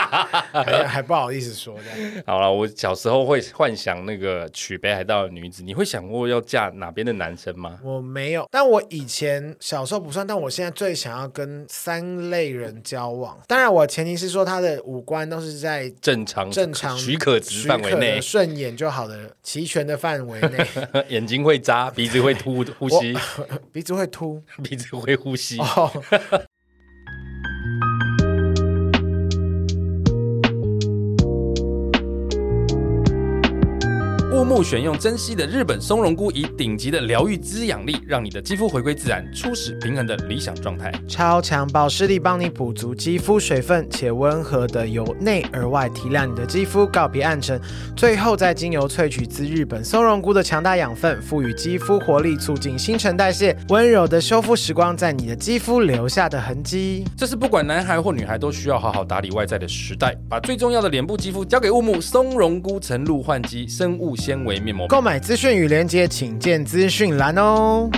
Speaker 2: 还还不好意思说的。
Speaker 1: 好了，我小时候会幻想那个娶北海道的女子，你会想过要嫁哪边的男生吗？
Speaker 2: 我没有，但我以前小时候不算，但我现在最想要跟三类人交往。当然，我前提是说他的五官都是在
Speaker 1: 正常
Speaker 2: 正常
Speaker 1: 许可值范 围
Speaker 2: 许可
Speaker 1: 内
Speaker 2: 的，顺眼就好的齐全的范围内，
Speaker 1: 眼睛会眨，鼻子会 吐呼吸，
Speaker 2: 鼻子会凸。
Speaker 1: 鼻子会呼吸。
Speaker 2: 哦，
Speaker 1: 乌木选用珍稀的日本松茸菇，以顶级的疗愈滋养力，让你的肌肤回归自然、初始平衡的理想状态。
Speaker 2: 超强保湿力帮你补足肌肤水分，且温和的由内而外提亮你的肌肤，告别暗沉。最后再精油萃取自日本松茸菇的强大养分，赋予肌肤活力，促进新陈代谢，温柔的修复时光在你的肌肤留下的痕迹。
Speaker 1: 这是不管男孩或女孩都需要好好打理外在的时代，把最重要的脸部肌肤交给雾木松茸菇晨露焕肌生物纤维面膜。
Speaker 2: 购买资讯与链接，请见资讯栏哦。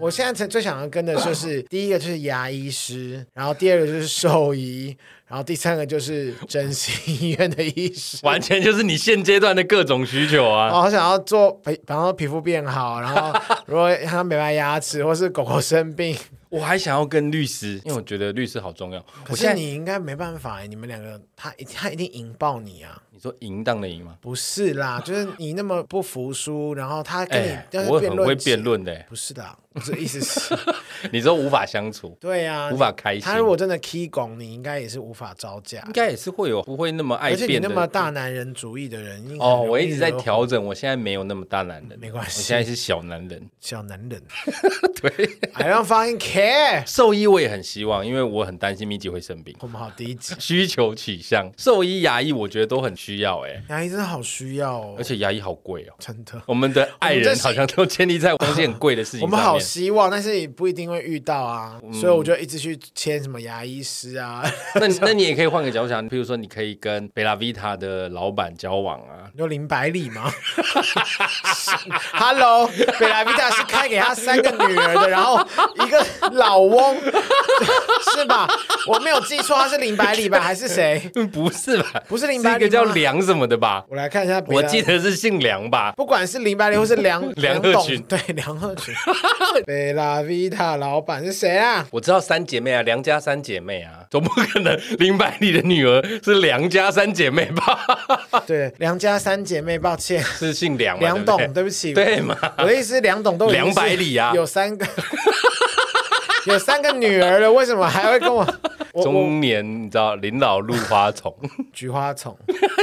Speaker 2: 我现在最最想要跟的就是，第一个就是牙医师，然后第二个就是兽医，然后第三个就是整形医院的医师。
Speaker 1: 完全就是你现阶段的各种需求
Speaker 2: 我
Speaker 1: 啊！
Speaker 2: 好想要做皮，然后皮肤变好，然后如果它没白牙齿，或是狗狗生病，
Speaker 1: 我还想要跟律师，因为我觉得律师好重要。
Speaker 2: 可
Speaker 1: 我
Speaker 2: 是
Speaker 1: 现在
Speaker 2: 你应该没办法欸，你们两个他他一定赢爆你啊！
Speaker 1: 你说淫荡的淫吗？
Speaker 2: 不 是啦，就是你那么不服输，然后他跟你、
Speaker 1: 哎、
Speaker 2: 但是
Speaker 1: 我
Speaker 2: 辩
Speaker 1: 很
Speaker 2: 论
Speaker 1: 会
Speaker 2: 起
Speaker 1: 辩，论的、欸，
Speaker 2: 不是的，我这意 思是，
Speaker 1: 你说无法相处，
Speaker 2: 对呀、
Speaker 1: 无法开心，
Speaker 2: 他如果真的 key 拱你，应该也是无法招架
Speaker 1: 应，该也是会有不会那么爱
Speaker 2: 而且你
Speaker 1: 变的
Speaker 2: 那么大男人主义的人，一定很
Speaker 1: 哦，
Speaker 2: 容易
Speaker 1: 我一直在
Speaker 2: 惹火
Speaker 1: 调整，我现在没有那么大男人，
Speaker 2: 没关系
Speaker 1: 我现在是小男人。
Speaker 2: 小 男人，对，I don't fucking care，
Speaker 1: 兽医我也很希望，因为我很担心米吉会生病。
Speaker 2: 我们好低级，
Speaker 1: 需求取向，兽医、牙医我觉得都很需要哎、
Speaker 2: 牙医真的好需要哦
Speaker 1: 而，且牙医好贵哦。
Speaker 2: 真的。
Speaker 1: 我们的爱
Speaker 2: 我们
Speaker 1: 人
Speaker 2: 这是
Speaker 1: 好像都建立在东西很贵的事情
Speaker 2: 我
Speaker 1: 上
Speaker 2: 们好
Speaker 1: 面。嗯
Speaker 2: 希望，但是也不一定会遇到啊，所以我就一直去签什么牙医师啊，
Speaker 1: 那你那你也可以换个角度想，比如说你可以跟贝拉维塔的老板交往啊，
Speaker 2: 你说林百里吗 ？Hello，北莱比达是开给他三个女儿的，然后一个老翁，是吧？我没有记错，他是林百里吧？还是谁？
Speaker 1: 嗯不是吧？
Speaker 2: 不是林
Speaker 1: 是
Speaker 2: 百
Speaker 1: 一
Speaker 2: 里
Speaker 1: 个
Speaker 2: 吗
Speaker 1: 叫梁什么的吧？
Speaker 2: 我来看一下北莱，
Speaker 1: 我记得是姓梁吧？
Speaker 2: 不管是林百里或是梁
Speaker 1: 梁鹤
Speaker 2: 董，
Speaker 1: 群
Speaker 2: 对梁鹤群，北拉维塔老板是谁啊？
Speaker 1: 我知道三姐妹啊，梁家三姐妹啊， 总不可能林百里的女儿是梁家三姐妹吧？
Speaker 2: 对，梁家三姐妹，抱歉，
Speaker 1: 是姓梁嘛？
Speaker 2: 梁
Speaker 1: 对不
Speaker 2: 董
Speaker 1: 对，
Speaker 2: 对不起，
Speaker 1: 对嘛？
Speaker 2: 我的意思，是梁董都已经是
Speaker 1: 梁百里啊
Speaker 2: 有三个， 有三个女儿了，为什么还会跟我？我 我
Speaker 1: 中年你知道林老入花丛
Speaker 2: 菊花丛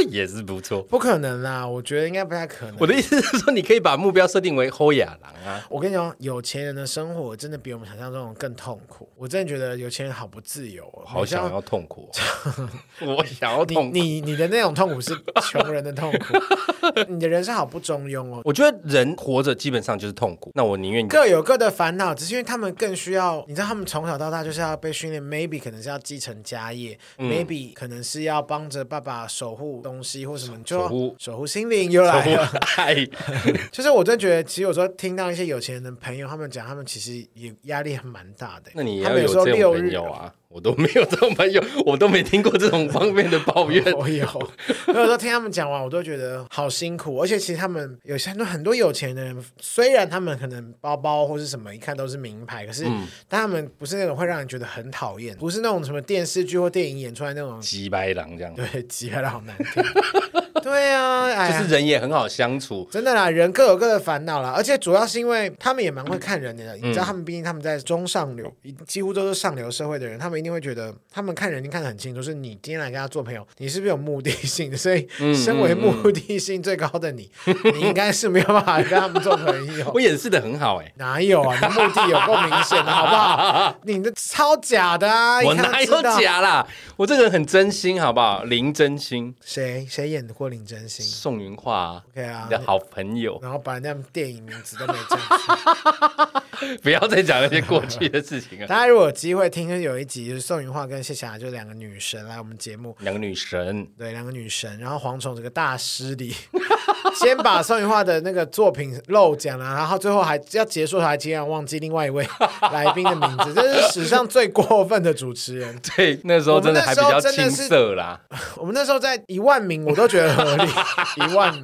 Speaker 1: 也是不错。
Speaker 2: 不可能啦，我觉得应该不太可能。
Speaker 1: 我的意思是说，你可以把目标设定为侯亚郎啊，
Speaker 2: 我跟你讲，有钱人的生活真的比我们想象中的更痛苦。我真的觉得有钱人好不自由、哦，
Speaker 1: 好想要痛苦 哦，我想要
Speaker 2: 你
Speaker 1: 痛苦。
Speaker 2: 你你的那种痛苦是穷人的 痛苦，你的人生好不中庸哦。
Speaker 1: 我觉得人活着基本上就是痛苦，那我宁愿
Speaker 2: 各有各的烦恼，只是因为他们更需要，你知道，他们从小到大就是要被训练，maybe 可能是要继承家业、m
Speaker 1: 嗯
Speaker 2: a y b e 可能是要帮着爸爸守护东西或什么，你就
Speaker 1: 守护
Speaker 2: 守护心灵又来 啊了。
Speaker 1: 哎，
Speaker 2: 就是我真的觉得，其实有时候听到一些有钱人的朋友他们讲，他们其实也压力还蛮大的、
Speaker 1: 那你也
Speaker 2: 他
Speaker 1: 要
Speaker 2: 们
Speaker 1: 有
Speaker 2: 时候
Speaker 1: 这种
Speaker 2: 六
Speaker 1: 朋
Speaker 2: 日
Speaker 1: 友啊，我都没有这种朋友，我都没听过这种方面的抱 怨。
Speaker 2: 我有，我有时候听他们讲完，我都觉得好辛苦。而且其实他们有些很多很多有钱的人，虽然他们可能包包或是什么一看都是名牌，可是、
Speaker 1: 嗯
Speaker 2: 但他们不是那种会让人觉得很讨厌，不是那种什么电视剧或电影演出来那种，
Speaker 1: 鸡白狼这样，
Speaker 2: 对，急了好难 听。对啊，哎
Speaker 1: 就
Speaker 2: 呀
Speaker 1: 是人也很好相处，
Speaker 2: 真的啦，人各有各的烦恼啦，而且主要是因为他们也蛮会看人的，
Speaker 1: 嗯
Speaker 2: 你知道，他们毕竟他们在中上流，几乎都是上流社会的人，他们一定会觉得他们看人一定看得很清楚，就是你今天来跟他做朋友，你是不是有目的性的？ 所以，
Speaker 1: 嗯
Speaker 2: 身为目的性最高的你，你应该是没有办法跟他们做朋友。
Speaker 1: 我掩饰的很好哎、
Speaker 2: 哪有啊？你的目的有够明显的，好不好？你的超假 的啊！
Speaker 1: 我
Speaker 2: 一看就
Speaker 1: 哪
Speaker 2: 知
Speaker 1: 有
Speaker 2: 道？
Speaker 1: 假啦？我这个人很真心，好不好？零真心，
Speaker 2: 谁谁演过林真心
Speaker 1: 宋云化、啊，
Speaker 2: ？OK 啊
Speaker 1: 你，的好朋友，
Speaker 2: 然后把人家电影名字都没讲出来
Speaker 1: 不要再讲那些过去的事 情啊 了。
Speaker 2: 大家如果有机会听，就是有一集就是宋云桦跟谢霞，就是两个女神来我们节目，
Speaker 1: 两个女神，
Speaker 2: 对，两个女神，然后蝗虫这个大师里， 先把宋云桦的那个作品漏讲了，然后最后还要结束的时候还竟然忘记另外一位来宾的名字，这是史上最过分的主持人。
Speaker 1: 对，那时候真的还比
Speaker 2: 我
Speaker 1: 较
Speaker 2: 们那时候真
Speaker 1: 青
Speaker 2: 的是
Speaker 1: 涩啦。
Speaker 2: 我们那时候在一万名，我都觉得 合理，一万名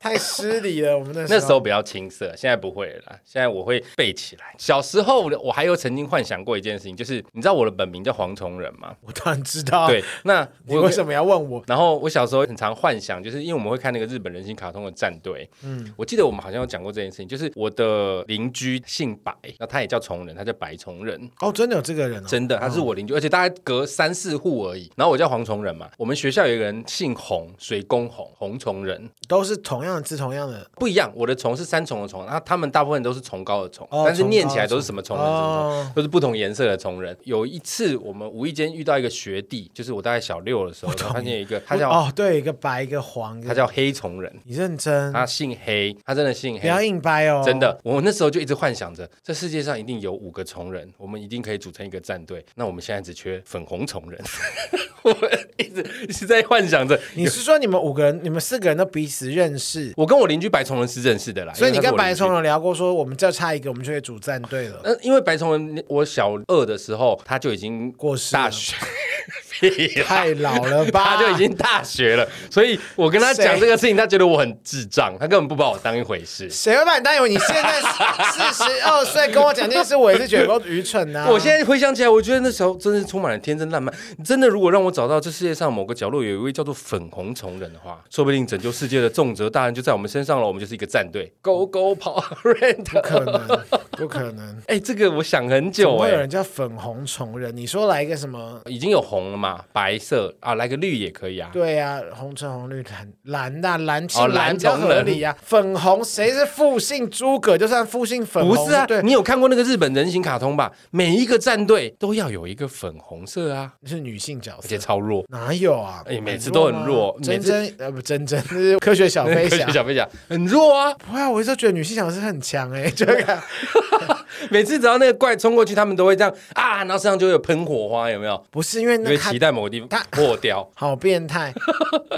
Speaker 2: 太失礼了。我们那时
Speaker 1: 那
Speaker 2: 候
Speaker 1: 时候比较青涩，现在不会了啦。现在我会背起来。小时候我还有曾经幻想过一件事情，就是你知道我的本名叫黄崇仁吗？
Speaker 2: 我当然知道，
Speaker 1: 对，那
Speaker 2: 哦你
Speaker 1: 我
Speaker 2: 为
Speaker 1: 有
Speaker 2: 什么要问我？
Speaker 1: 然后我小时候很常幻想，就是因为我们会看那个日本人形卡通的战队。嗯，我记得我们好像有讲过这件事情，就是我的邻居姓白，那他也叫崇仁，他叫白崇仁。
Speaker 2: 哦，真的有这个人哦，
Speaker 1: 真的，他是我邻居，而且大概隔三四户而已。然后我叫黄崇仁嘛，我们学校有一个人姓洪，水工洪，洪崇仁
Speaker 2: 都是同样的字，同样的
Speaker 1: 不一样。我的崇是三重的崇，然后他们大部分都是崇高的崇，
Speaker 2: 哦
Speaker 1: 但是念
Speaker 2: 崇高的
Speaker 1: 起来都是什么崇仁什么崇，
Speaker 2: 哦，
Speaker 1: 都是不同颜色的崇仁。有一次我们无意间遇到一个学弟，就是我大概小六的时候，然后发现有一个他叫、
Speaker 2: 哦，对，一个白，一个黄，一个
Speaker 1: 他叫黑崇仁。
Speaker 2: 你认真，
Speaker 1: 他姓黑，他真的姓
Speaker 2: 不
Speaker 1: 黑
Speaker 2: 要。硬掰哦，
Speaker 1: 啊真的，我那时候就一直幻想着，这世界上一定有五个虫人，我们一定可以组成一个战队。那我们现在只缺粉红虫人， 我一直一直在幻想着。
Speaker 2: 你是说你们五个人，你们四个人都彼此认识，
Speaker 1: 我跟我邻居白虫人是认识的啦，
Speaker 2: 所以你
Speaker 1: 因为他是
Speaker 2: 跟
Speaker 1: 我邻
Speaker 2: 白
Speaker 1: 居
Speaker 2: 崇。荣聊过说，我们只要差一个，我们就会组战队 了。
Speaker 1: 呃，因为白崇人，我小二的时候他就已经
Speaker 2: 过世了
Speaker 1: 大学， 屁啦
Speaker 2: 太老了吧？
Speaker 1: 他就已经大学了，所以我跟他讲
Speaker 2: 谁
Speaker 1: 这个事情，他觉得我很智障，他根本不把我当一回事。
Speaker 2: 谁会把你当以为你现 在四十二岁跟我讲这件事，我也是觉得有够愚蠢啊呐、
Speaker 1: 我现在回想起来，我觉得那时候真是充满了天真烂漫。真的，如果让我找到这世界上某个角落有一位叫做粉红虫人的话，说不定拯救世界的重责大任就在我们身上了。我们就是一个战队，Go Go 跑 Rent。
Speaker 2: 不可能，不 可能，
Speaker 1: 哎、这个我想很
Speaker 2: 怎
Speaker 1: 久
Speaker 2: 么会
Speaker 1: 哎、
Speaker 2: 有人叫粉红虫人？你说来一个什么？
Speaker 1: 已经有红了嘛，白色啊，来个绿也可以啊。
Speaker 2: 对呀、红橙红绿蓝蓝呐、蓝
Speaker 1: 哦
Speaker 2: 姓蓝
Speaker 1: 蓝
Speaker 2: 比较
Speaker 1: 同
Speaker 2: 合
Speaker 1: 人
Speaker 2: 理呀、粉红谁是复姓诸葛，就算复姓粉
Speaker 1: 不
Speaker 2: 红，
Speaker 1: 是啊
Speaker 2: 对，，
Speaker 1: 你有看过那个日本人形卡通吧？每一个战队都要有一个粉红色啊，
Speaker 2: 是女性角
Speaker 1: 而
Speaker 2: 色
Speaker 1: 且。超弱。
Speaker 2: 哪有啊？
Speaker 1: 哎每次都很弱
Speaker 2: 吗
Speaker 1: 每
Speaker 2: 珍
Speaker 1: 次
Speaker 2: 珍呃不珍珍，那 是科学小啊 飞侠。
Speaker 1: 小飞侠很弱啊，
Speaker 2: 不会啊，我一直都觉得女性角色很强 哎、这个
Speaker 1: 每次只要那个怪冲过去，他们都会这样啊，然后身上就会有喷火花，有没有？
Speaker 2: 不是因为
Speaker 1: 因
Speaker 2: 那
Speaker 1: 为
Speaker 2: 他
Speaker 1: 期待某个地方
Speaker 2: 他。
Speaker 1: 破掉
Speaker 2: 好变态，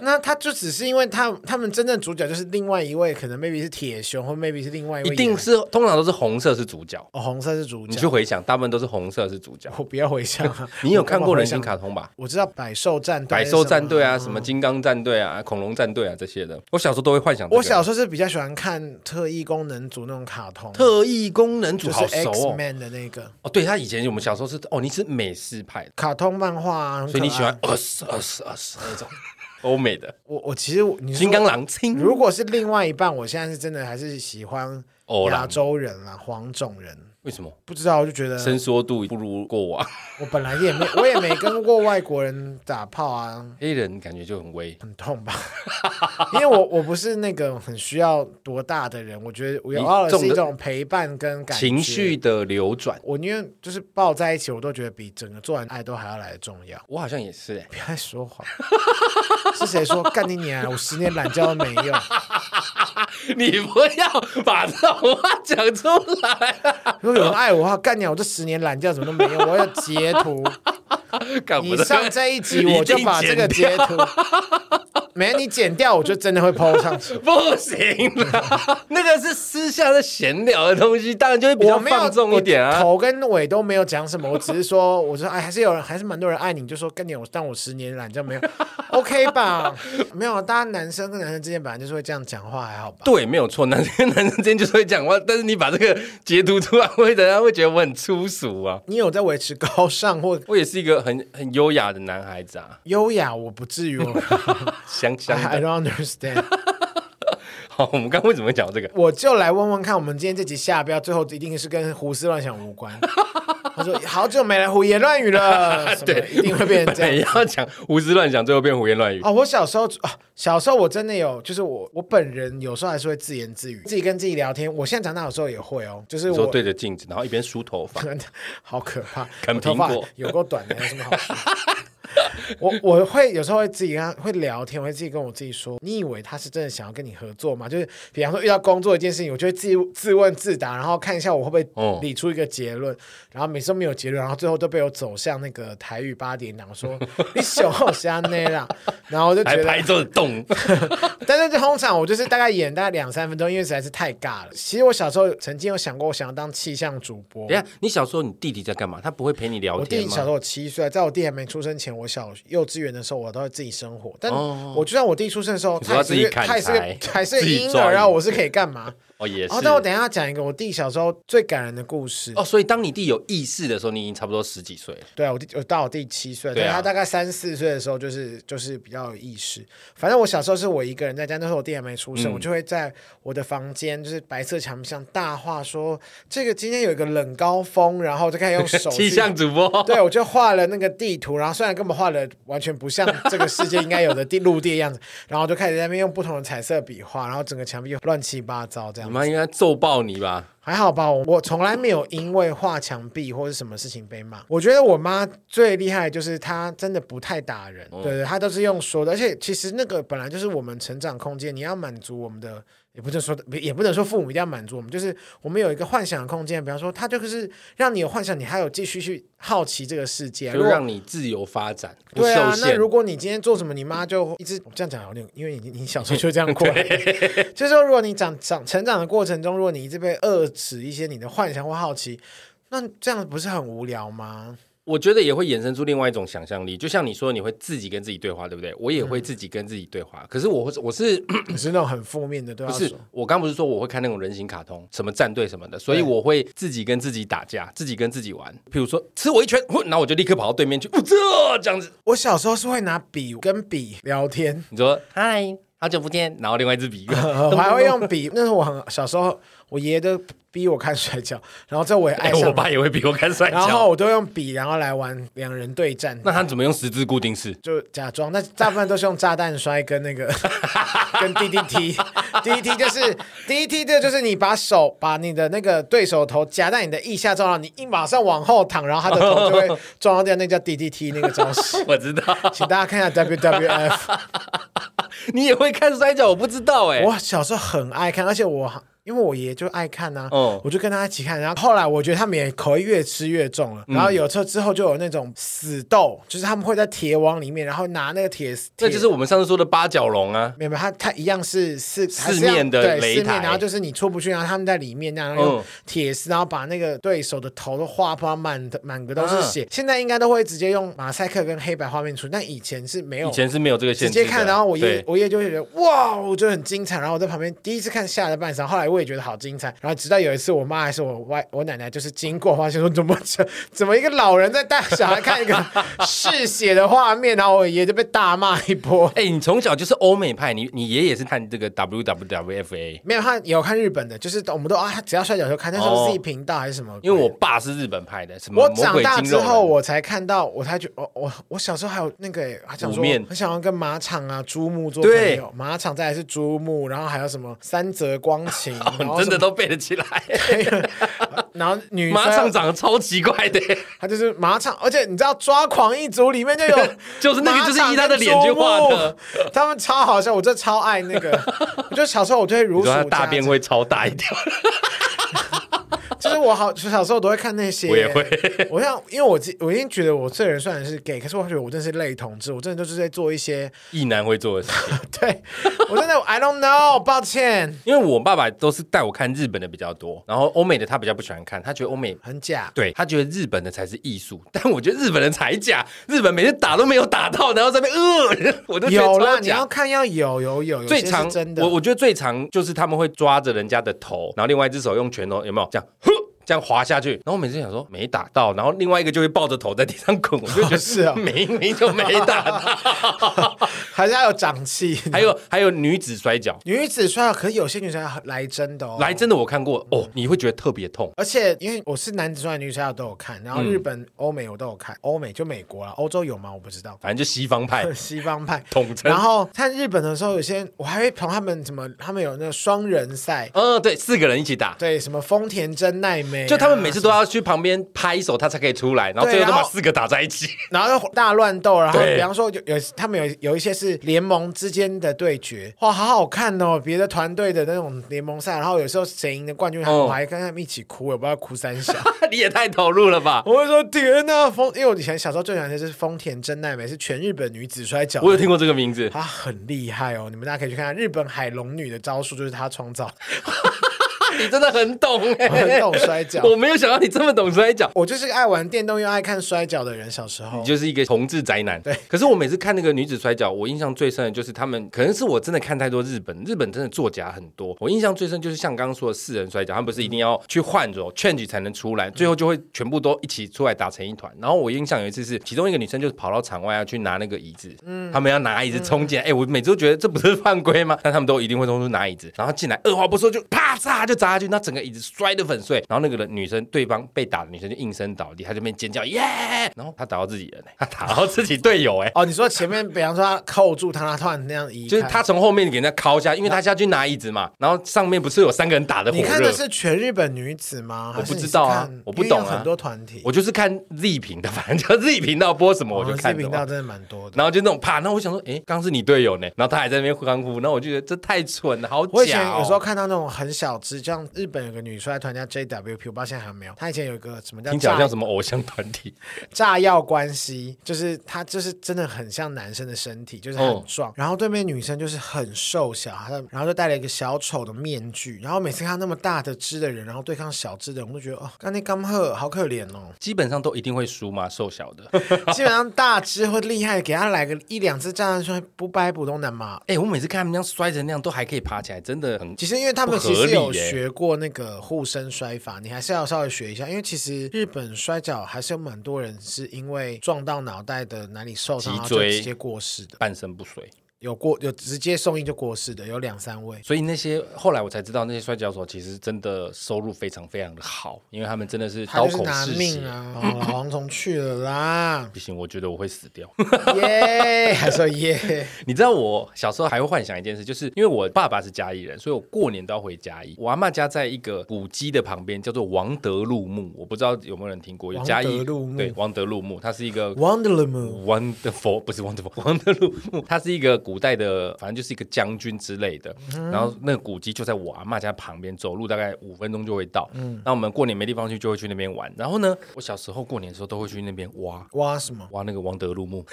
Speaker 2: 那他就只是因为他他们真正主角就是另外一位，可能 maybe 是铁熊，或 maybe 是另外一位
Speaker 1: 一
Speaker 2: 演员，
Speaker 1: 定是通常都是红色是主角，
Speaker 2: 哦红啊色是主
Speaker 1: 你去
Speaker 2: 角。
Speaker 1: 回想，大部分都是红色是主 角。
Speaker 2: 我不要回想啊
Speaker 1: ，你有看过人
Speaker 2: 我干嘛回想
Speaker 1: 形？卡通吧？
Speaker 2: 我知道百兽战队，
Speaker 1: 百兽战队啊，
Speaker 2: 嗯
Speaker 1: 什么。金刚战队啊，恐龙战队啊这些的，我小时候都会幻想这个。
Speaker 2: 我小时候是比较喜欢看特异功能组那种卡通，
Speaker 1: 特异功能
Speaker 2: 就
Speaker 1: 组
Speaker 2: 是
Speaker 1: 好熟
Speaker 2: X
Speaker 1: 哦，
Speaker 2: Man 的那个
Speaker 1: 哦，对他以前我们小时候是哦，你是美式派的，
Speaker 2: 卡通漫画啊，很可
Speaker 1: 所以你喜欢
Speaker 2: 爱
Speaker 1: 二十二十二 十那种欧美的
Speaker 2: 我？我其实我你说
Speaker 1: 金刚狼亲
Speaker 2: 如果是另外一半，我现在是真的还是喜欢
Speaker 1: 欧
Speaker 2: 亚
Speaker 1: 啦，
Speaker 2: 洲人啦、黄种人。
Speaker 1: 为什么
Speaker 2: 不知道，我就觉得
Speaker 1: 伸缩度不如过往？
Speaker 2: 我本来也没，我也没跟过外国人打炮啊，
Speaker 1: 黑人感觉就很威，
Speaker 2: 很痛吧？ 因为我我不是那个很需要多大的人，我觉得我偶尔
Speaker 1: 你重
Speaker 2: 是
Speaker 1: 的
Speaker 2: 一种陪伴跟感觉
Speaker 1: 情绪。的流转。
Speaker 2: 我宁愿就是抱在一起，我都觉得比整个做完爱都还要来的重要。
Speaker 1: 我好像也是哎、
Speaker 2: 不要再说谎， 是谁说干你娘？我十年懒觉都没用。
Speaker 1: 你不要把这种话讲出来、啊。 啊
Speaker 2: 如果有人爱我的话，干你娘！我这十年懒觉怎么都没用，我要截图。
Speaker 1: 干
Speaker 2: 你上这一集我就把这个截图，没你剪掉，我就真的会 PO 上去。
Speaker 1: 不行啊啦， 那个是私下的闲聊的东西，当然就 会比较
Speaker 2: 我没有
Speaker 1: 放纵一点
Speaker 2: 我
Speaker 1: 啊。
Speaker 2: 头跟尾都没有讲什么，我只是说，我说哎，还是有人，还是蛮多人爱你，你就说跟你我当我十年懒 觉没有，OK 吧？没有，大家男生跟男生之间本来就是会这样讲话，还好吧？
Speaker 1: 对，没有错，男生 跟男生之间就是会讲话，但是你把这个截图出来，会人家会觉得我很粗俗啊。
Speaker 2: 你有在维持高尚或
Speaker 1: 我也是一个很很优雅的男孩子啊，
Speaker 2: 优雅，我不至于我
Speaker 1: 香香
Speaker 2: ，I
Speaker 1: 的。
Speaker 2: don't understand。
Speaker 1: 好，我们刚刚为什么会讲到这个？
Speaker 2: 我就来问问看，我们今天这集下标最后一定是跟胡思乱想无 关。他说好久没来胡言乱语 了，什么
Speaker 1: 对，
Speaker 2: 一定会变成这样。
Speaker 1: 本来要讲胡思乱想，最后变胡言乱语。
Speaker 2: 哦，我小时候啊，小时候我真的有，就是我我本人有时候还是会自言自语，自己跟自己聊天。我现在长大有时候也会哦，就是
Speaker 1: 你说
Speaker 2: 我
Speaker 1: 对着镜子，然后一边梳头 发，
Speaker 2: 好可怕，
Speaker 1: 啃
Speaker 2: 我头
Speaker 1: 苹
Speaker 2: 发
Speaker 1: 果
Speaker 2: 有够短的，有什么好说？ 我我会有时候会自己跟他会聊天，我会自己跟我自己说：“你以为他是真的想要跟你合作吗？”就是比方说遇到工作一件事情，我就会自己自问自答，然后看一下我会不
Speaker 1: 哦
Speaker 2: 会理出一个结论。然后每次都没有结论，然后最后都被我走向那个台语八点档，我说 你小瞎内啦。然后我就觉
Speaker 1: 还
Speaker 2: 得
Speaker 1: 拍桌子动。
Speaker 2: 但是通常我就是大概演大概两三分钟，因为实在是太尬了。其实我小时候曾经有想过，我想要当气象主播
Speaker 1: 等一。下，你小时候你弟弟在干嘛？他不会陪你聊
Speaker 2: 我弟
Speaker 1: 天
Speaker 2: 小时
Speaker 1: 吗？
Speaker 2: 候我七岁，在我弟还没出生前，我小幼稚园的时候，我都会自己生活。但
Speaker 1: 哦
Speaker 2: 我就算我弟出生的时候，
Speaker 1: 你说他
Speaker 2: 他也是
Speaker 1: 自己
Speaker 2: 个
Speaker 1: 砍
Speaker 2: 他也是个
Speaker 1: 柴
Speaker 2: 还是个
Speaker 1: 自己
Speaker 2: 婴
Speaker 1: 抓
Speaker 2: 儿啊，
Speaker 1: 鱼
Speaker 2: 我是可以干嘛？
Speaker 1: 哦，也是
Speaker 2: 哦，。但我等一下讲一个我弟小时候最感人的故事。
Speaker 1: 哦，所以当你弟有意识的时候，你已经差不多十几岁了。
Speaker 2: 对啊，我弟我到我弟七岁，
Speaker 1: 对
Speaker 2: 对
Speaker 1: 啊
Speaker 2: 他大概三四岁的时候，就是就是比较有意识。反正我小时候是我一个人在家，那时候我弟还没出
Speaker 1: 嗯
Speaker 2: 生，我就会在我的房间，就是白色墙壁上大话说，这个今天有一个冷高峰，然后就开始 用手
Speaker 1: 气
Speaker 2: 去
Speaker 1: 象主播，
Speaker 2: 对，我就画了那个地图，然后虽然根本画的完全不像这个世界应该有的地 陆地的样子，然后我就开始在那边用不同的彩色笔画，然后整个墙壁就乱七八糟
Speaker 1: 你
Speaker 2: 这样。
Speaker 1: 妈应该揍爆你吧？
Speaker 2: 还好吧，我我从来没有因为画墙壁或是什么事情被骂。我觉得我妈最厉害的就是她真的不太打人，
Speaker 1: 哦
Speaker 2: 对对，她都是用说的，而且其实那个本来就是我们成长空间，你要满足我们的。也不能说，也不能说父母一定要满足我们，就是我们有一个幻想的空间。比方说，他就是让你有幻想，你还有继续去好奇这个世界。
Speaker 1: 就
Speaker 2: 啊如果
Speaker 1: 让你自由发展，不
Speaker 2: 对
Speaker 1: 受
Speaker 2: 啊，那
Speaker 1: 限
Speaker 2: 如。果你今天做什么，你妈就一直我这样讲有点，因为你你小时候就这 样过来， 就是说，如果你长长成长的过程中，如果你一直被遏制一些你的幻想或好奇，那这样不是很无 聊吗？
Speaker 1: 我觉得也会衍生出另外一种想象力，就像你说，你会自己跟自己对话，对不对？我也
Speaker 2: 嗯
Speaker 1: 会自己跟自己对话，可是我我是
Speaker 2: 你是那种很负面的，对啊
Speaker 1: 不
Speaker 2: 吧？
Speaker 1: 是我刚不是说我会看那种人形卡通，什么战队什么的，所以
Speaker 2: 对
Speaker 1: 我会自己跟自己打架，自己跟自己玩。比如说吃我一拳，呼然后我就立刻跑到对面去，哦，这这样子，
Speaker 2: 我小时候是会拿笔跟笔 聊天，
Speaker 1: 你说嗨，好久不见，然后另外一只 笔，哎
Speaker 2: 我还会用笔。那时候我很小时候，我爷爷都逼我看摔跤，然后这我也 爱
Speaker 1: 哎，
Speaker 2: 上
Speaker 1: 我
Speaker 2: 了，
Speaker 1: 爸也会比我看摔
Speaker 2: 然后
Speaker 1: 跤。
Speaker 2: 我都用笔，然后来玩两人对战。
Speaker 1: 那他怎么用十字固定式？。
Speaker 2: 就假装， 但大部分都是用炸弹摔跟那个 跟 DDT。DDT 就是 DDT，这就是你把手把你的那个对手头夹在你的腋下之后，然后你一马上往后躺，然后他的头就会撞到掉，那叫 DDT 那个招式
Speaker 1: 我知道，
Speaker 2: 请大家看一下 WWF，
Speaker 1: 你也会看摔跤，我不知道哎、
Speaker 2: 我小时候很爱看，而且我因为我爷爷就爱看呐、
Speaker 1: 哦
Speaker 2: 我就跟他一起看。然后后来我觉得他们也口味越吃越重
Speaker 1: 嗯
Speaker 2: 了，然后有时候之后就有那种死斗，就是他们会在铁网里面，然后拿那个铁，
Speaker 1: 这
Speaker 2: 铁
Speaker 1: 就是我们上次说的八角笼啊。
Speaker 2: 没有，没有它它一样是四还是
Speaker 1: 四面
Speaker 2: 要
Speaker 1: 的
Speaker 2: 对
Speaker 1: 擂
Speaker 2: 四面，
Speaker 1: 台
Speaker 2: 然后就是你出不去，然后他们在里面那样然后用
Speaker 1: 嗯
Speaker 2: 铁丝，然后把那个对手的头都划破，满的满个都是
Speaker 1: 啊
Speaker 2: 血。现在应该都会直接用马赛克跟黑白画面出，但以前是没有
Speaker 1: 以。前是没有这个
Speaker 2: 直
Speaker 1: 限制的，
Speaker 2: 接看，然后我爷
Speaker 1: 对
Speaker 2: 我爷就会觉得哇，我觉得很精彩。然后我在旁边第一次看吓了半晌，后来我也觉得好精彩。然后直到有一次，我妈还是我外我奶奶，就是经过发现说怎么这怎么一个老人在带小孩看一个 嗜血的画面，然后我爷就被大骂一波。
Speaker 1: 哎、你从小就是欧美派，你你爷爷是看这个 WWFA，
Speaker 2: 没有，他有看日本的，就是我们都啊，他只要摔跤就看，那时候
Speaker 1: 哦
Speaker 2: 自己频道还是什么鬼的？
Speaker 1: 因为我爸是日本派的，什么
Speaker 2: 我
Speaker 1: 魔
Speaker 2: 长
Speaker 1: 鬼
Speaker 2: 大
Speaker 1: 金
Speaker 2: 之
Speaker 1: 肉人
Speaker 2: 后，我才看到，我才觉我我我小时候还有那个，还想
Speaker 1: 五
Speaker 2: 说
Speaker 1: 面
Speaker 2: 很想要跟马场啊、珠穆做
Speaker 1: 对
Speaker 2: 朋友，马场再来是珠穆，然后还有什么三泽光 晴，然
Speaker 1: 哦，
Speaker 2: 后
Speaker 1: 你真的
Speaker 2: 什么
Speaker 1: 都背得起来。
Speaker 2: 然后女
Speaker 1: 马
Speaker 2: 生
Speaker 1: 上长得超奇怪的，，
Speaker 2: 他就是马场，而且你知道《抓狂一族》里面就有
Speaker 1: 就是那个就是依他的脸去画的，
Speaker 2: 他们超好笑，我真的超爱 那个，我就小时候我就会如
Speaker 1: 你
Speaker 2: 数
Speaker 1: 说他
Speaker 2: 家
Speaker 1: 大便
Speaker 2: 珍
Speaker 1: 会超大一条，
Speaker 2: 就是我好小时候都会看那些，
Speaker 1: 我也会。
Speaker 2: 我想，因为我自我已经觉得我这人虽然是 gay，可是我觉得我真的是类同志，我真的就是在做一些，
Speaker 1: 异男会做的事情，
Speaker 2: 对我真的 I don't know，抱歉，
Speaker 1: 因为我爸爸都是带我看日本的比较多，然后欧美的他比较不喜欢看，他觉得欧美。
Speaker 2: 很假。
Speaker 1: 对他觉得日本的才是艺术， 但我觉得日本人才假，日本每次打都没有打到，然后在那边呃， 我都觉得
Speaker 2: 有啦，
Speaker 1: 超
Speaker 2: 你
Speaker 1: 假
Speaker 2: 要。看要有有有，有
Speaker 1: 最
Speaker 2: 些是
Speaker 1: 常
Speaker 2: 真的，
Speaker 1: 我我觉得最常就是他们会抓着人家的头，然后另外一只手用拳头有没有这样，呼这样滑下去。然后我每次想说没打到，然后另外一个就会抱着头在地上滚，我就觉得
Speaker 2: 是啊
Speaker 1: 明明就没打到。
Speaker 2: 还是要有长气。
Speaker 1: 还有还有女子摔跤，
Speaker 2: 女子摔跤，可是有些女生要来真的哦，
Speaker 1: 来真的我看过哦，你会觉得特别痛。，
Speaker 2: 而且因为我是男子摔、女子摔跤都有看，然后日本、欧美我都有看，欧美就美国了，欧洲有吗？我不知道
Speaker 1: 反正就西方派
Speaker 2: 西方派。
Speaker 1: 统称
Speaker 2: 然。后看日本的时候，有些我还会捧他们怎么，他们有那个双人赛，
Speaker 1: 嗯，对，四个人一起打，
Speaker 2: 对，什么丰田真奈美啊、
Speaker 1: 就他们每次都要去旁边拍手，他才可以出来，然后
Speaker 2: 对
Speaker 1: 最后都把
Speaker 2: 然后
Speaker 1: 四个打在一起。
Speaker 2: 然后大乱斗，然后
Speaker 1: 对
Speaker 2: 比方说有有他们有有一些是联盟之间的对决，哇，好好看哦！别的团队的那种联盟赛，然后有时候谁赢的冠军，
Speaker 1: 哦
Speaker 2: 我还跟他们一起哭，我不知道哭 三小。
Speaker 1: 你也太投入了吧！
Speaker 2: 我会说天呐，丰， 因为我以前小时候最喜欢的就是丰田真奈美，是全日本女子摔跤，
Speaker 1: 我有听过这个名字，
Speaker 2: 她很厉害哦，你们大家可以去看看日本海龙女的招数，就是她创 造，
Speaker 1: 你真的很懂哎、
Speaker 2: 我很懂哦摔跤。
Speaker 1: 我没有想到你这么懂摔跤。
Speaker 2: 我就是个爱玩电动又爱看摔跤的人，小时候
Speaker 1: 你就是一个同志宅男，
Speaker 2: 对。
Speaker 1: 可是我每次看那个女子摔跤，我印象最深的就是他们，可能是我真的看太多日本，日本真的作假很多。我印象最深就是像刚刚说的四人摔跤，他们不是一定要去换着 change 才能出来，最后就会全部都一起出来打成一团。然后我印象有一次是，其中一个女生就是跑到场外要去拿那个椅子，
Speaker 2: 嗯
Speaker 1: 他们要拿椅子冲进来，哎、我每次都觉得这不是犯规吗？ 但他们都一定会冲出拿椅子，然后进来二话不说就啪嚓就砸下去，那整个椅子摔得粉碎，然后那个人女生对方被打的女生就应声倒地，她就边尖叫耶， 然后她打到自己人、欸，她打到自己队友哎、
Speaker 2: 哦，你说前面比方说她扣住她，她突然那样移开，
Speaker 1: 就是她从后面给人家敲下，因为她下去拿椅子嘛，然后上面不是有三个人打的火
Speaker 2: 你看的
Speaker 1: 热。
Speaker 2: 是全日本女子吗？
Speaker 1: 我不
Speaker 2: 还是你是
Speaker 1: 知道啊
Speaker 2: 看
Speaker 1: 我不懂啊
Speaker 2: 因为有很多团体，
Speaker 1: 我就是看 Z 频道，反正就 Z 频道播什么我就
Speaker 2: 哦
Speaker 1: 看什
Speaker 2: 这频
Speaker 1: 么
Speaker 2: 道。真的蛮多的。
Speaker 1: 然后就那种啪，然后我想说，诶，刚是你队友呢，然后他还在那边欢呼，然后我就觉得这太蠢了，好假、哦。
Speaker 2: 我以前有时候看到那种很小只，像日本有个女摔团叫 JWP，我不知道现在还有没有。她以前有一个什么叫
Speaker 1: 听起来好
Speaker 2: 炸
Speaker 1: 像什么偶像团体，
Speaker 2: 炸药关系，就是她就是真的很像男生的身体，就是
Speaker 1: 哦
Speaker 2: 很壮。然后对面女生就是很瘦小，她的然后就戴了一个小丑的面具。然后每次看到那么大的只的人，然后对抗小只的人，我都觉得哦，刚那刚赫好可怜哦。
Speaker 1: 基本上都一定会输嘛，瘦小的。
Speaker 2: 基本上大只会厉害，给他来个一两次炸弹摔，不掰不动的嘛。
Speaker 1: 哎、我每次看他们这样摔成那样，都还可以爬起来，真的很
Speaker 2: 其实因为他们
Speaker 1: 不
Speaker 2: 其
Speaker 1: 合
Speaker 2: 实
Speaker 1: 理
Speaker 2: 有
Speaker 1: 耶
Speaker 2: 学过那个护身摔法，你还是要稍微学一下，因为其实日本摔跤还是有蛮多人是因为撞到脑袋的哪里受伤，
Speaker 1: 脊
Speaker 2: 然后就
Speaker 1: 椎
Speaker 2: 直接过世的，
Speaker 1: 半身不遂。
Speaker 2: 有过有直接送医就过世的，有两三位。
Speaker 1: 所以那些后来我才知道，那些摔跤手其实真的收入非常非常的好，因为他们真的是
Speaker 2: 他
Speaker 1: 刀
Speaker 2: 就是
Speaker 1: 口
Speaker 2: 拿
Speaker 1: 嗜血。，
Speaker 2: 命啊！哦，老蝗虫去了啦
Speaker 1: 不行，我觉得我会死掉。
Speaker 2: 耶！还说 耶？
Speaker 1: 你知道我小时候还会幻想一件事，就是因为我爸爸是嘉义人，所以我过年都要回嘉义。我阿嬷家在一个古迹的旁边，叫做王德禄墓，我不知道有没有人听过。有嘉义
Speaker 2: 王德禄墓
Speaker 1: 对王德禄墓，它是一个
Speaker 2: Wonderland Moon
Speaker 1: Wonderful 不是 Wonderful 王德禄墓，它是一个古代的，反正就是一个将军之类的。
Speaker 2: 嗯
Speaker 1: 然后那个古迹就在我阿嬷家旁边，走路大概五分钟就会到。
Speaker 2: 嗯
Speaker 1: 那我们过年没地方去，就会去那边玩。然后呢，我小时候过年的时候都会去那边挖
Speaker 2: 挖什么？
Speaker 1: 挖那个王德禄墓，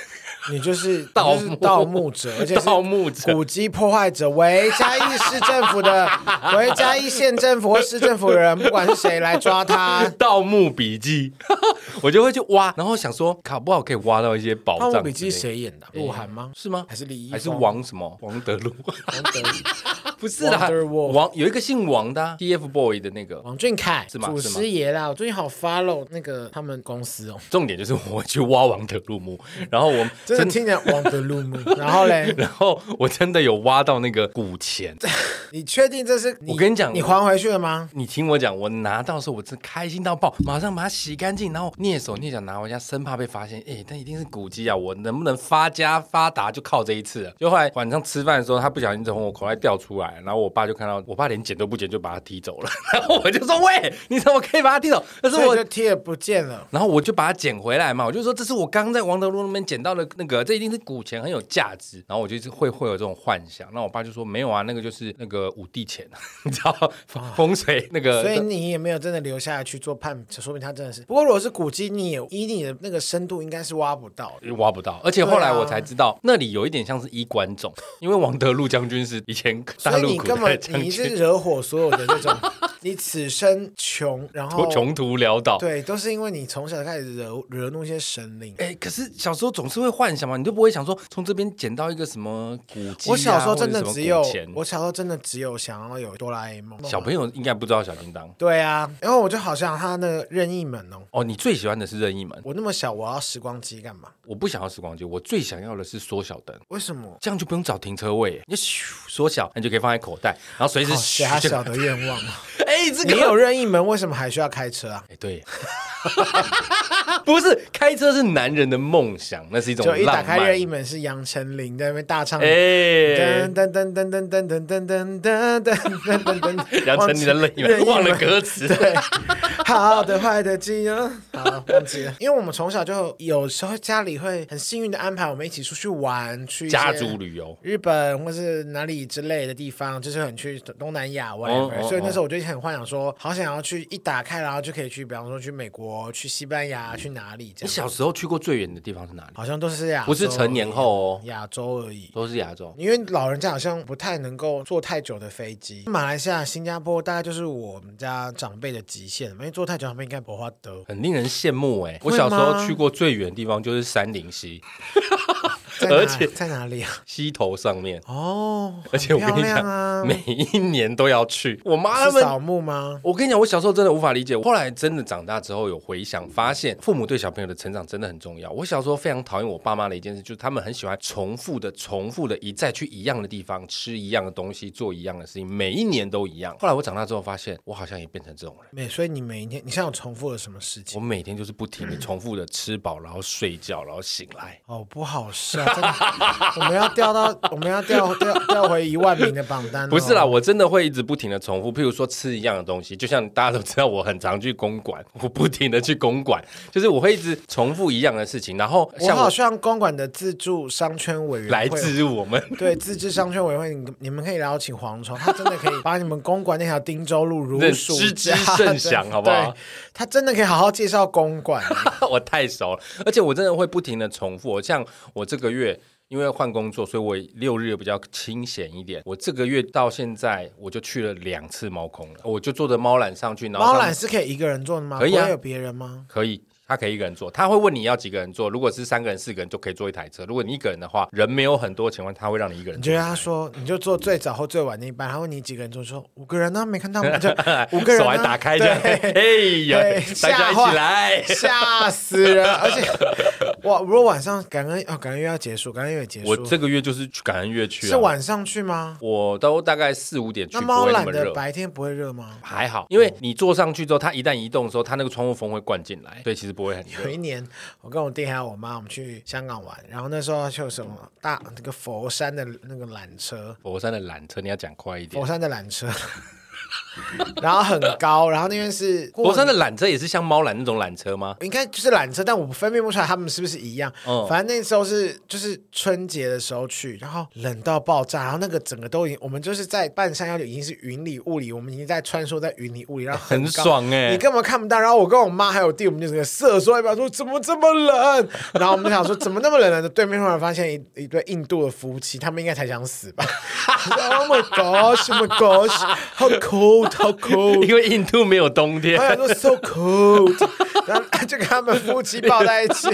Speaker 2: 你就是你
Speaker 1: 盗
Speaker 2: 就是
Speaker 1: 墓
Speaker 2: 盗墓者，而且是
Speaker 1: 盗墓者。
Speaker 2: 古迹破坏者，为嘉义市政府的，为嘉义县政府或市政府的人，不管是谁来抓他
Speaker 1: 《。盗墓笔记》， 我就会去挖，然后想说，搞 不好可以挖到一些宝
Speaker 2: 《
Speaker 1: 藏
Speaker 2: 盗
Speaker 1: 之类的。
Speaker 2: 墓笔记》谁演的
Speaker 1: 哎
Speaker 2: 啊？鹿晗吗？
Speaker 1: 是吗？
Speaker 2: 还是李易峰
Speaker 1: 还是王什么王德禄？
Speaker 2: 王德
Speaker 1: 不是啦，
Speaker 2: Wonderwall
Speaker 1: 王有一个姓王的、啊、TFBOY 的那个。
Speaker 2: 王俊凯
Speaker 1: 是吗
Speaker 2: 祖
Speaker 1: 是吗
Speaker 2: 师爷啦！我最近好 follow 那个他们公司哦，
Speaker 1: 重点就是我会去挖王德禄墓，然后我
Speaker 2: 真的听起来王德禄木。 然后嘞，
Speaker 1: 然后我真 的有挖到那个古钱。
Speaker 2: 你确定这是？
Speaker 1: 我跟你讲
Speaker 2: 你还回去了吗？
Speaker 1: 你听我讲，我拿到的时候我真开心到爆，马上把它洗干净，然后蹑手蹑脚拿回家，生怕被发现。哎，但一定是古迹啊，我能不能发家发达就靠这一次了。就后来晚上吃饭的时候，他不小心从我口袋掉出来，来，然后我爸就看到，我爸连捡都不捡就把他踢走了， 然后我就说喂，你怎么可以把他踢走？可是
Speaker 2: 所以
Speaker 1: 我
Speaker 2: 就贴不见了。
Speaker 1: 然后我就把它捡回来嘛，我就说这是我刚在王德路那边捡到的那个，这一定是古钱，很有价值。然后我就一直会会有这种幻想。那我爸就说没有啊，那个就是那个五帝钱， 你知道风风水那个。
Speaker 2: 所以你也没有真的留下来去做判，说明他真的是。不过如果是古迹，你也以你的那个深度，应该是挖不到的。
Speaker 1: 挖不到，而且后
Speaker 2: 啊
Speaker 1: 来我才知道，那里有一点像是衣冠冢， 因为王德禄将军是以前大
Speaker 2: 所以
Speaker 1: 陆
Speaker 2: 你
Speaker 1: 古
Speaker 2: 根
Speaker 1: 代
Speaker 2: 本
Speaker 1: 将
Speaker 2: 你
Speaker 1: 军，
Speaker 2: 是惹火所有的那 种，你此生穷，然后
Speaker 1: 穷途潦倒。
Speaker 2: 对，都是因为你从小开始惹惹怒一些神灵。
Speaker 1: 哎，可是小时候总是会幻想嘛，你就不会想说从这边捡到一个什么古迹啊、
Speaker 2: 我小时候真的
Speaker 1: 或者是
Speaker 2: 只
Speaker 1: 什
Speaker 2: 有
Speaker 1: 么古钱，
Speaker 2: 我小时候真的只有想要有哆啦 A 梦。
Speaker 1: 小朋友应该不知道小叮当。
Speaker 2: 对啊，然后我就好像他那个任意门哦，
Speaker 1: 哦，你最喜欢的是任意门，
Speaker 2: 我那么小，我要时光机干嘛？
Speaker 1: 我不想要时光机，我最想要的是缩小灯，
Speaker 2: 为什么？
Speaker 1: 这样就不用找停车位耶，你就咻缩小，你就可以放在口袋，然后随时
Speaker 2: 好
Speaker 1: 咻
Speaker 2: 狭
Speaker 1: 就
Speaker 2: 哦小的愿望啊！
Speaker 1: 哎， 这
Speaker 2: 你
Speaker 1: 个
Speaker 2: 有任意门，为什么还需要开车啊？
Speaker 1: 哎对耶， 不是开车是男人的梦想，那是一种
Speaker 2: 就一打
Speaker 1: 浪
Speaker 2: 开任意
Speaker 1: 漫。
Speaker 2: 门是杨丞琳在那边大唱，噔
Speaker 1: 哎，
Speaker 2: 噔噔噔噔噔噔噔噔噔噔噔噔，
Speaker 1: 杨丞琳的任意门忘了歌词，
Speaker 2: 对，好的坏的记得，好忘记了，因为我们从小就有时候家里会很幸运的安排我们一起出去玩，去一些
Speaker 1: 家族旅游。
Speaker 2: 日本或是哪里之类的地方，就是很去东南亚 w h
Speaker 1: 哦哦
Speaker 2: 所以那时候我就很幻想说，好想要去一打开，然后就可以去，比方说去美国、去西班牙、去哪里这
Speaker 1: 你
Speaker 2: 样，
Speaker 1: 小时候去过最远的地方是哪里？
Speaker 2: 好像都是亚洲
Speaker 1: 不是成年后哦，
Speaker 2: 亚洲而已。
Speaker 1: 都是亚洲。
Speaker 2: 因为老人家好像不太能够坐太久的飞机，马来西亚、新加坡大概就是我们家长辈的极限，因为坐太久他们应该不花得。
Speaker 1: 很令人羡慕哎、我
Speaker 2: 会
Speaker 1: 小时候
Speaker 2: 吗
Speaker 1: 去过最远的地方就是三林溪，
Speaker 2: 在哪
Speaker 1: 而且
Speaker 2: 在哪里啊？
Speaker 1: 溪头上面。
Speaker 2: 哦，
Speaker 1: 而且我跟你
Speaker 2: 很
Speaker 1: 讲，
Speaker 2: 漂亮啊，
Speaker 1: 每一年都要去。我妈他
Speaker 2: 是
Speaker 1: 们，
Speaker 2: 扫墓吗？
Speaker 1: 我跟你讲，我小时候真的无法理解。我后来真的长大之后有回想，发现父母对小朋友的成长真的很重要。我小时候非常讨厌我爸妈的一件事，就是他们很喜欢重复的、重复的一再去一样的地方吃一样的东西，做一样的事情，每一年都一样。后来我长大之后发现，我好像也变成这种人。
Speaker 2: 每所以你每一天，你现在有重复了什么事情
Speaker 1: 我？每天就是不停的重复的吃饱，然后睡觉，然后醒来。
Speaker 2: 哦，不好笑，真的 我们要掉到，我们要掉掉掉回一万名的榜单、
Speaker 1: 嗯
Speaker 2: 哦。
Speaker 1: 不是啦，，我真的会一直不停的重复，譬如说吃一样的东西，就像大家都知道，我很常去公馆，我不停的去公馆，就是我会一直重复一样的事情，然后
Speaker 2: 我
Speaker 1: 像
Speaker 2: 好
Speaker 1: 我
Speaker 2: 像公馆的自助商圈委员 会
Speaker 1: 来自我们。
Speaker 2: 对自治商圈委员会，你你们可以邀请蝗虫，他真的可以把你们公馆那条汀州路如
Speaker 1: 认
Speaker 2: 数
Speaker 1: 知之
Speaker 2: 家
Speaker 1: 甚
Speaker 2: 珍
Speaker 1: 详好不好？
Speaker 2: 对他真的可以好好介绍 公馆。
Speaker 1: 我太熟了，而且我真的会不停的重复。像我这个月因为换工作，所以我六日比较清闲一点。我这个月到现在我就去了两次猫空了，我就坐着猫缆上去，然后
Speaker 2: 猫
Speaker 1: 上
Speaker 2: 缆是可以一个人坐的吗？
Speaker 1: 可以啊
Speaker 2: 不会有别人吗？
Speaker 1: 可以。他可以一个人坐，他会问你要几个人坐。如果是三个人、四个人，就可以坐一台车。如果你一个人的话，人没有很多的情况下，他会让你一个 人
Speaker 2: 你
Speaker 1: 坐
Speaker 2: 就。跟他说，你就坐最早或最晚那一班。他问你几个人坐，说五个人呢、没看 到吗？就五个人、啊。
Speaker 1: 手还打开这样，
Speaker 2: 对
Speaker 1: 哎呀
Speaker 2: 对，。
Speaker 1: 大家一起来
Speaker 2: 吓死人！而且我如果晚上感恩哦，感恩又要结束，感恩又要结束，
Speaker 1: 我这个月就是去感恩月去、啊，
Speaker 2: 是晚上去吗？
Speaker 1: 我都大概四五点去，
Speaker 2: 那
Speaker 1: 不
Speaker 2: 猫
Speaker 1: 会那
Speaker 2: 懒
Speaker 1: 么
Speaker 2: 的
Speaker 1: 热。
Speaker 2: 白天不会热吗？
Speaker 1: 还好，因为你坐上去之后，它一旦移动的时候，它那个窗户风会灌进来，所以其实不会很
Speaker 2: 有
Speaker 1: 热。
Speaker 2: 一年，我跟我弟还有我妈，我们去香港玩，然后那时候就有什么大那个佛山的那个缆车，
Speaker 1: 佛山的缆车，你要讲快一点
Speaker 2: 佛。山的缆车， 然后很高，然后那边是
Speaker 1: 佛山的缆车也是像猫缆那种缆车吗？
Speaker 2: 应该就是缆车，但我分辨不出来他们是不是一样。
Speaker 1: 嗯
Speaker 2: 反正那时候是就是春节的时候去，然后冷到爆炸，然后那个整个都已经，我们就是在半山腰已经是云里雾里，我们已经在穿梭在云里雾里，然后
Speaker 1: 很
Speaker 2: 高。
Speaker 1: 爽哎、
Speaker 2: 你根本看不到，然后我跟我妈还有弟，我们就整个瑟缩一把说怎么这么冷， 然后我们就想说怎么那么冷呢？对面突然发现一一对印度的夫妻，他们应该才想死吧 ？Oh my gosh, oh my gosh, how cold, how cold！
Speaker 1: 因为印度没有冬天
Speaker 2: 我。想说 so cold，然后 就跟他们夫妻抱在一起，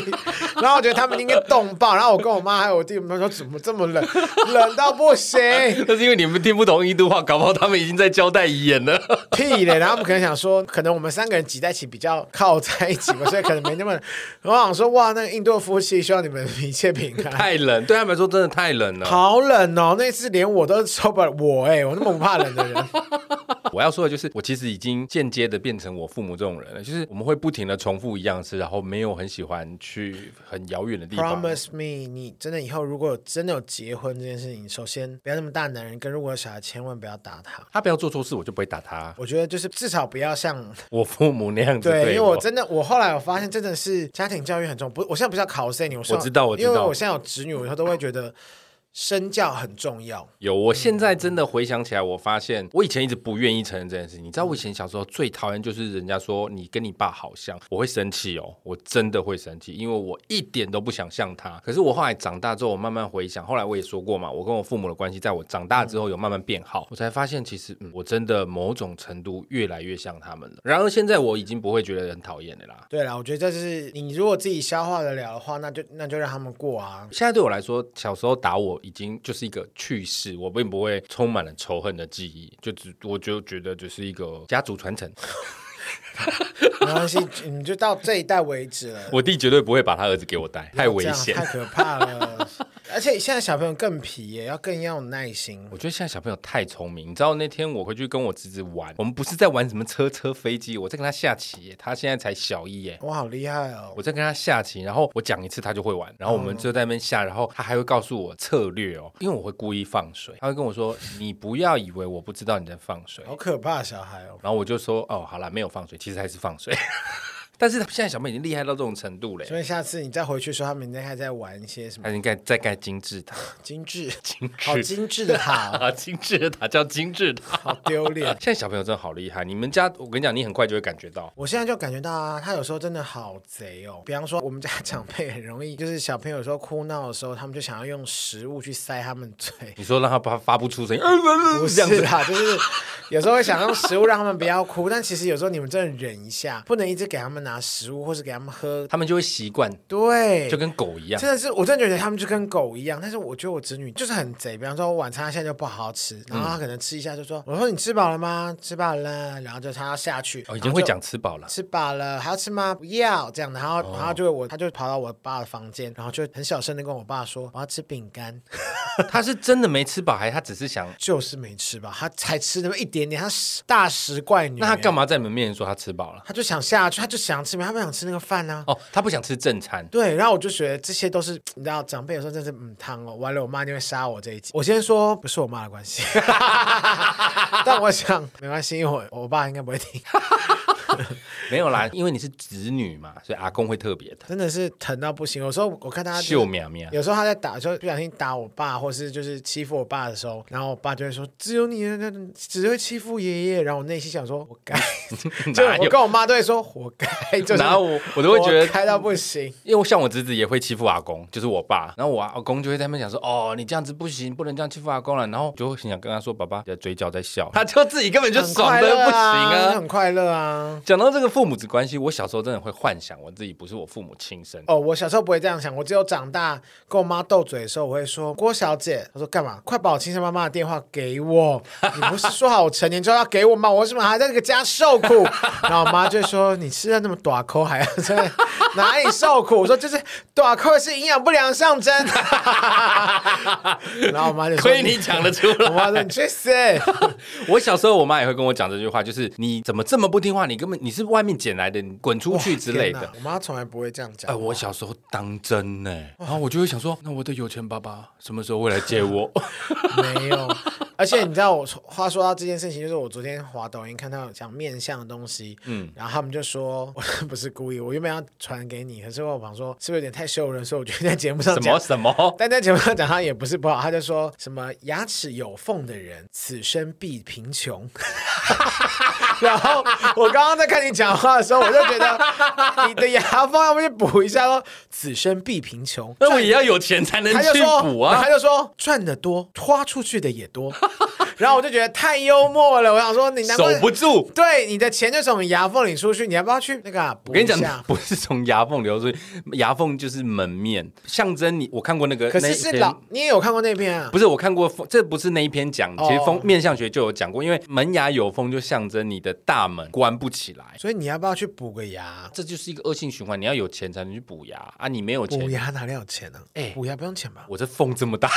Speaker 2: 然后我觉得他们应该冻爆，然后我跟我妈还有我弟，我们说怎么这么冷，冷到不行，
Speaker 1: 那是因为你们听不懂印度话，搞不好他们已经在交代遗言 了。
Speaker 2: 屁嘞！然后他们可能想说，可能我们三个人挤在一起比较靠在一起嘛，所以可能没那么冷。我想说，哇，那个印度夫妻希望你们一切平 安。
Speaker 1: 太冷，对他们来说真的太冷了。
Speaker 2: 好冷哦！那次连我都受不了，我哎、我那么不怕冷的人，
Speaker 1: 我要说的就是，我其实已经间接的变成我父母这种人了，就是我们会不停的重复一样的事，然后没有很喜欢去很遥远的地方。
Speaker 2: Promise me，你真的以后如果有真的有结婚这件事情，首先不要那么大男人，跟如果有小孩千万不要打他。
Speaker 1: 他不要做错事，我就不会打他。
Speaker 2: 我觉得就是至少不要 像
Speaker 1: 我父母那样子
Speaker 2: 对，因为
Speaker 1: 我
Speaker 2: 我真的我后来我发现真的是家庭教育很重要。不，我现在不是要考 C 你，我是要
Speaker 1: 我知道我知道
Speaker 2: 因为我现在有侄女，我以后都会觉得身教很重要。
Speaker 1: 有，我现在真的回想起来，我发现我以前一直不愿意承认这件事情。你知道，我以前小时候最讨厌就是人家说你跟你爸好像，我会生气哦，我真的会生气，因为我一点都不想像他。可是我后来长大之后，我慢慢回想，后来我也说过嘛，我跟我父母的关系，在我长大之后有慢慢变好，我才发现其实、嗯、我真的某种程度越来越像他们了。然而现在我已经不会觉得很讨厌的啦。
Speaker 2: 对啦，我觉得这是你如果自己消化得了的话，那就那就让他们过啊。
Speaker 1: 现在对我来说，小时候打我已经就是一个趣事，我并不会充满了仇恨的记忆，就只我就觉得只是一个家族 传承。
Speaker 2: 没关系，你就到这一代为止了。
Speaker 1: 我弟绝对不会把他儿子给我 带， 太危险
Speaker 2: 这样。太可怕了。而且现在小朋友更皮耶，要更要有耐心。
Speaker 1: 我觉得现在小朋友太聪明，你知道那天我回去跟我侄子玩，我们不是在玩什么车车飞机，我在跟他下棋耶，他现在才小一耶。
Speaker 2: 哇，好厉害哦！
Speaker 1: 我在跟他下棋，然后我讲一次他就会玩，然后我们就在那边下，然后他还会告诉我策略哦，因为我会故意放水，他会跟我说：“你不要以为我不知道你在放水。
Speaker 2: 好可怕，小孩哦”。
Speaker 1: 然后我就说：“哦，好啦，没有放水，其实还是放水。” 但是现在小妹已经厉害到这种程度嘞，
Speaker 2: 所以下次你再回去的时候，他们应该还在玩一些什么
Speaker 1: 她应该再盖精致塔，
Speaker 2: 精致、
Speaker 1: 精
Speaker 2: 好
Speaker 1: 致
Speaker 2: 精致的塔哦，
Speaker 1: 啊，精致的塔叫精致塔。
Speaker 2: 好丢脸。
Speaker 1: 现在小朋友真的好厉害，你们家我跟你讲，你很快就会感觉到。
Speaker 2: 我现在就感觉到啊，他有时候真的好贼哦。比方说，我们家长辈很容易，就是小朋友有时候哭闹的时候，他们就想要用食物去塞他们嘴。
Speaker 1: 你说让他发发不出声音，
Speaker 2: 不
Speaker 1: 这样
Speaker 2: 是
Speaker 1: 子，
Speaker 2: 啦，就是有时候会想用食物让他们不要哭，但其实有时候你们真的忍一下，不能一直给他们拿食物或是给他们喝。
Speaker 1: 他们就会习惯，
Speaker 2: 对，
Speaker 1: 就跟狗一样。
Speaker 2: 真的是，我真的觉得他们就跟狗一样。但是我觉得我侄女就是很贼，比方说我晚餐她现在就不好好吃，然后她可能吃一下就说：“我说你吃饱了吗？吃饱了。”然后就她要下去，
Speaker 1: 哦，已
Speaker 2: 然
Speaker 1: 经
Speaker 2: 后
Speaker 1: 会
Speaker 2: 就
Speaker 1: 讲吃饱了。哦
Speaker 2: 吃饱了还要吃吗？不要这样，然后、然后就我她就跑到我爸的房间，然后就很小声的跟我爸说：“我要吃饼干。
Speaker 1: 他是真的没吃饱，还他只是想”。
Speaker 2: 就是没吃吧，她才吃那么一点点，她是大食怪女。
Speaker 1: 那他干
Speaker 2: 嘛？
Speaker 1: 嘛在你们面前说他吃饱了？
Speaker 2: 她就想下去，她就想吃，她不想吃那个饭啊。
Speaker 1: 哦，他不想吃正餐。
Speaker 2: 对，然后我就觉得这些都是你知道，长辈有时候真是嗯汤哦，完了我妈就会杀我这一集。我先说不是我妈的关系， 但我想没关系，因为我我爸应该不会听。
Speaker 1: 没有啦，因为你是子女嘛，所以阿公会特别疼，
Speaker 2: 真的是疼到不行，有时候我看他就是
Speaker 1: 秀苗苗。
Speaker 2: 有时候他在打的时候不小心打我爸，或是就是欺负我爸的时候，然后我爸就会说只有你啊那那只会欺负爷爷，然后我内心想说活 该，就
Speaker 1: 哪
Speaker 2: 我
Speaker 1: 有？
Speaker 2: 跟我妈都会说活该，就是
Speaker 1: 哪有？我都会觉得
Speaker 2: 开到不行。
Speaker 1: 因为像我侄子也会欺负阿公，就是我爸，然后我阿公就会在那边讲说：“哦，你这样子不行，不能这样欺负阿公了。”然后就会很想跟他说：“爸爸，你的嘴角在笑。” 他就自己根本就
Speaker 2: 很
Speaker 1: 爽
Speaker 2: 快
Speaker 1: 的
Speaker 2: 乐
Speaker 1: 不行啊！
Speaker 2: 很快乐啊。
Speaker 1: 讲到这个父母子关系，我小时候真的会幻想我自己不是我父母亲生，
Speaker 2: 哦，我小时候不会这样想，我只有长大跟我妈斗嘴的时候，我会说郭小姐，她说干嘛？快把我亲生妈妈的电话给我！你不是说好我成年之后要给我吗？我为什么还在这个家受苦？ 然后我妈就说你吃的那么短口，还要在哪里受苦？我说就是短口是营养不良象征。 然后我妈就说
Speaker 1: 亏你讲得出
Speaker 2: 我妈说
Speaker 1: 来
Speaker 2: 你。去死！
Speaker 1: 我小时候，我妈也会跟我讲这句话，就是你怎么这么不听话？你根本你是外面捡来的，你滚出去之类
Speaker 2: 天哪
Speaker 1: 的。
Speaker 2: 我妈从来不会这样讲。
Speaker 1: 哎，我小时候当真呢，然后我就会想说，那我的有钱爸爸什么时候会来接 我？
Speaker 2: 没有，而且你知道我说话说到这件事情，就是我昨天滑抖音看到讲面相的东西，嗯，然后他们就说我不是故意，我原本要传给你，可是我想说是不是有点太羞人，所以我觉得在节目上
Speaker 1: 什
Speaker 2: 讲
Speaker 1: 么。什么？
Speaker 2: 但在节目上讲他也不是不好，他就说什么牙齿有缝的人，此生必贫穷。 然后我刚刚在看你讲话的时候，我就觉得你的牙缝要不去补一下咯，此生必贫穷。
Speaker 1: 那我也要有钱才能
Speaker 2: 他就
Speaker 1: 去
Speaker 2: 说
Speaker 1: 补啊！
Speaker 2: 他就说赚的多，花出去的也多。 然后我就觉得太幽默了，我想说你难
Speaker 1: 守
Speaker 2: 怪
Speaker 1: 不住。
Speaker 2: 对你的钱就从你牙缝里出去，你要不要去那个、啊？
Speaker 1: 我
Speaker 2: 我
Speaker 1: 跟你讲，不是从牙缝流出去，牙缝就是门面，象征你。我看过那个，
Speaker 2: 可是
Speaker 1: 那
Speaker 2: 是
Speaker 1: 篇
Speaker 2: 老，你也有看过那篇啊？
Speaker 1: 不是我看过，这不是那一篇讲的，其实
Speaker 2: 哦
Speaker 1: 风面相学就有讲过，因为门牙有风就象征你的大门关不起来，
Speaker 2: 所以你要不要去补个牙？
Speaker 1: 这就是一个恶性循环。你要有钱才能去补牙啊，你没有
Speaker 2: 补
Speaker 1: 钱，
Speaker 2: 牙哪里有钱呢、啊？
Speaker 1: 哎
Speaker 2: 补牙不用钱吧？
Speaker 1: 我这缝这么大，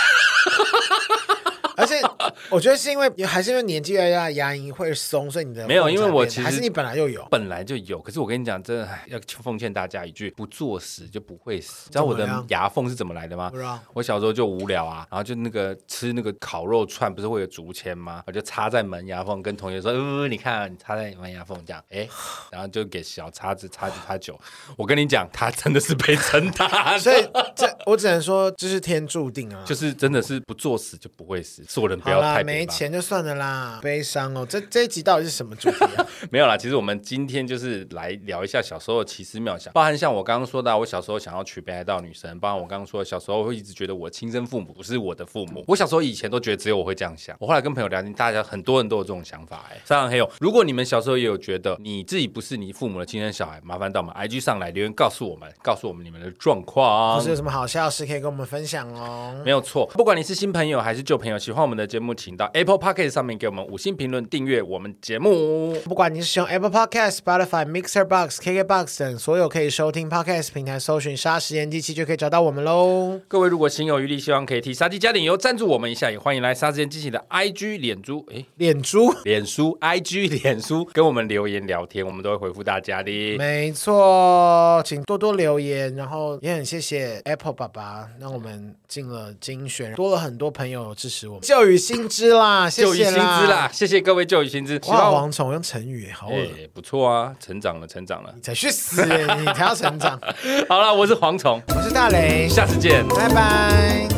Speaker 2: 而且我觉得是因为还是因为年纪越来越大，牙龈会松，所以你的
Speaker 1: 没有
Speaker 2: 缝
Speaker 1: 因为
Speaker 2: 才
Speaker 1: 我
Speaker 2: 变
Speaker 1: 其
Speaker 2: 还是
Speaker 1: 实
Speaker 2: 你本来就有。
Speaker 1: 本来就有，可是我跟你讲，真的唉要奉劝大家一句：不作死就不会死。知道我
Speaker 2: 怎么
Speaker 1: 的
Speaker 2: 样
Speaker 1: 牙缝是怎么来的吗
Speaker 2: 不？知道
Speaker 1: 我小时候就无聊啊，然后就那个吃那个烤肉串，不是会有竹签吗？我就插在门牙缝，跟同学说：“呃，你看、啊、你插在门牙缝这样，哎，然后就给小叉子插几插酒。”我跟你讲，他真的是被 撑大的，
Speaker 2: 所以这我只能说这是天注定啊。
Speaker 1: 就是真的是不作死就不会死，做人不
Speaker 2: 好
Speaker 1: 要
Speaker 2: 啦，
Speaker 1: 太
Speaker 2: 没
Speaker 1: 悲吧
Speaker 2: 钱就算了啦，悲伤哦。这这一集到底是什么主题 啊？
Speaker 1: 没有啦，其实我们今天就是来聊一下小时候的奇思妙想，包含像我刚刚说啊到，我小时候想要娶北海道女生，包含我刚刚说小时候会一直觉得我亲生父母不是我的父母，我小时候以前都觉得只有我会这样想，我后来跟朋友聊天，大家很多人都有这种想法、哎，当然还有，如果你们小时候也有觉得你自己不是你父母的亲生小孩，麻烦到我们 IG 上来留言告诉我们，告诉我们你们的状况
Speaker 2: 或是。有什么好笑的事可以跟我们分享哦？
Speaker 1: 没有错，不管你是新朋友还是旧朋友，喜欢我们的节目，请到 Apple p o c k e t 上面给我们五星评论、订阅我们节目。
Speaker 2: 不管你是使用 Apple Podcast、Spotify、Mixer Box、KKBox 等所有可以收听 Podcast 平台，搜寻“杀时间机器”就可以找到我们喽。
Speaker 1: 各位如果心有余力，希望可以替杀鸡加点油赞助我们一下，也欢迎来杀之前进行的 IG 脸猪诶。
Speaker 2: 脸猪，
Speaker 1: 脸书、IG、脸书 跟我们留言聊天，我们都会回复大家的。
Speaker 2: 没错，请多多留言，然后也很谢谢 Apple 爸爸，让我们进了精选，多了很多朋友支持我们，旧雨新知啦，谢
Speaker 1: 旧雨
Speaker 2: 谢
Speaker 1: 新知啦，，谢谢各位旧雨新知，希
Speaker 2: 哇，
Speaker 1: 望
Speaker 2: 蝗虫用成语好恶，
Speaker 1: 哎、不错啊，成长了，成长了
Speaker 2: 你。才去死，你才要成长。
Speaker 1: 好了，我是蝗虫，
Speaker 2: 我是大雷，
Speaker 1: 下次见。
Speaker 2: 拜拜。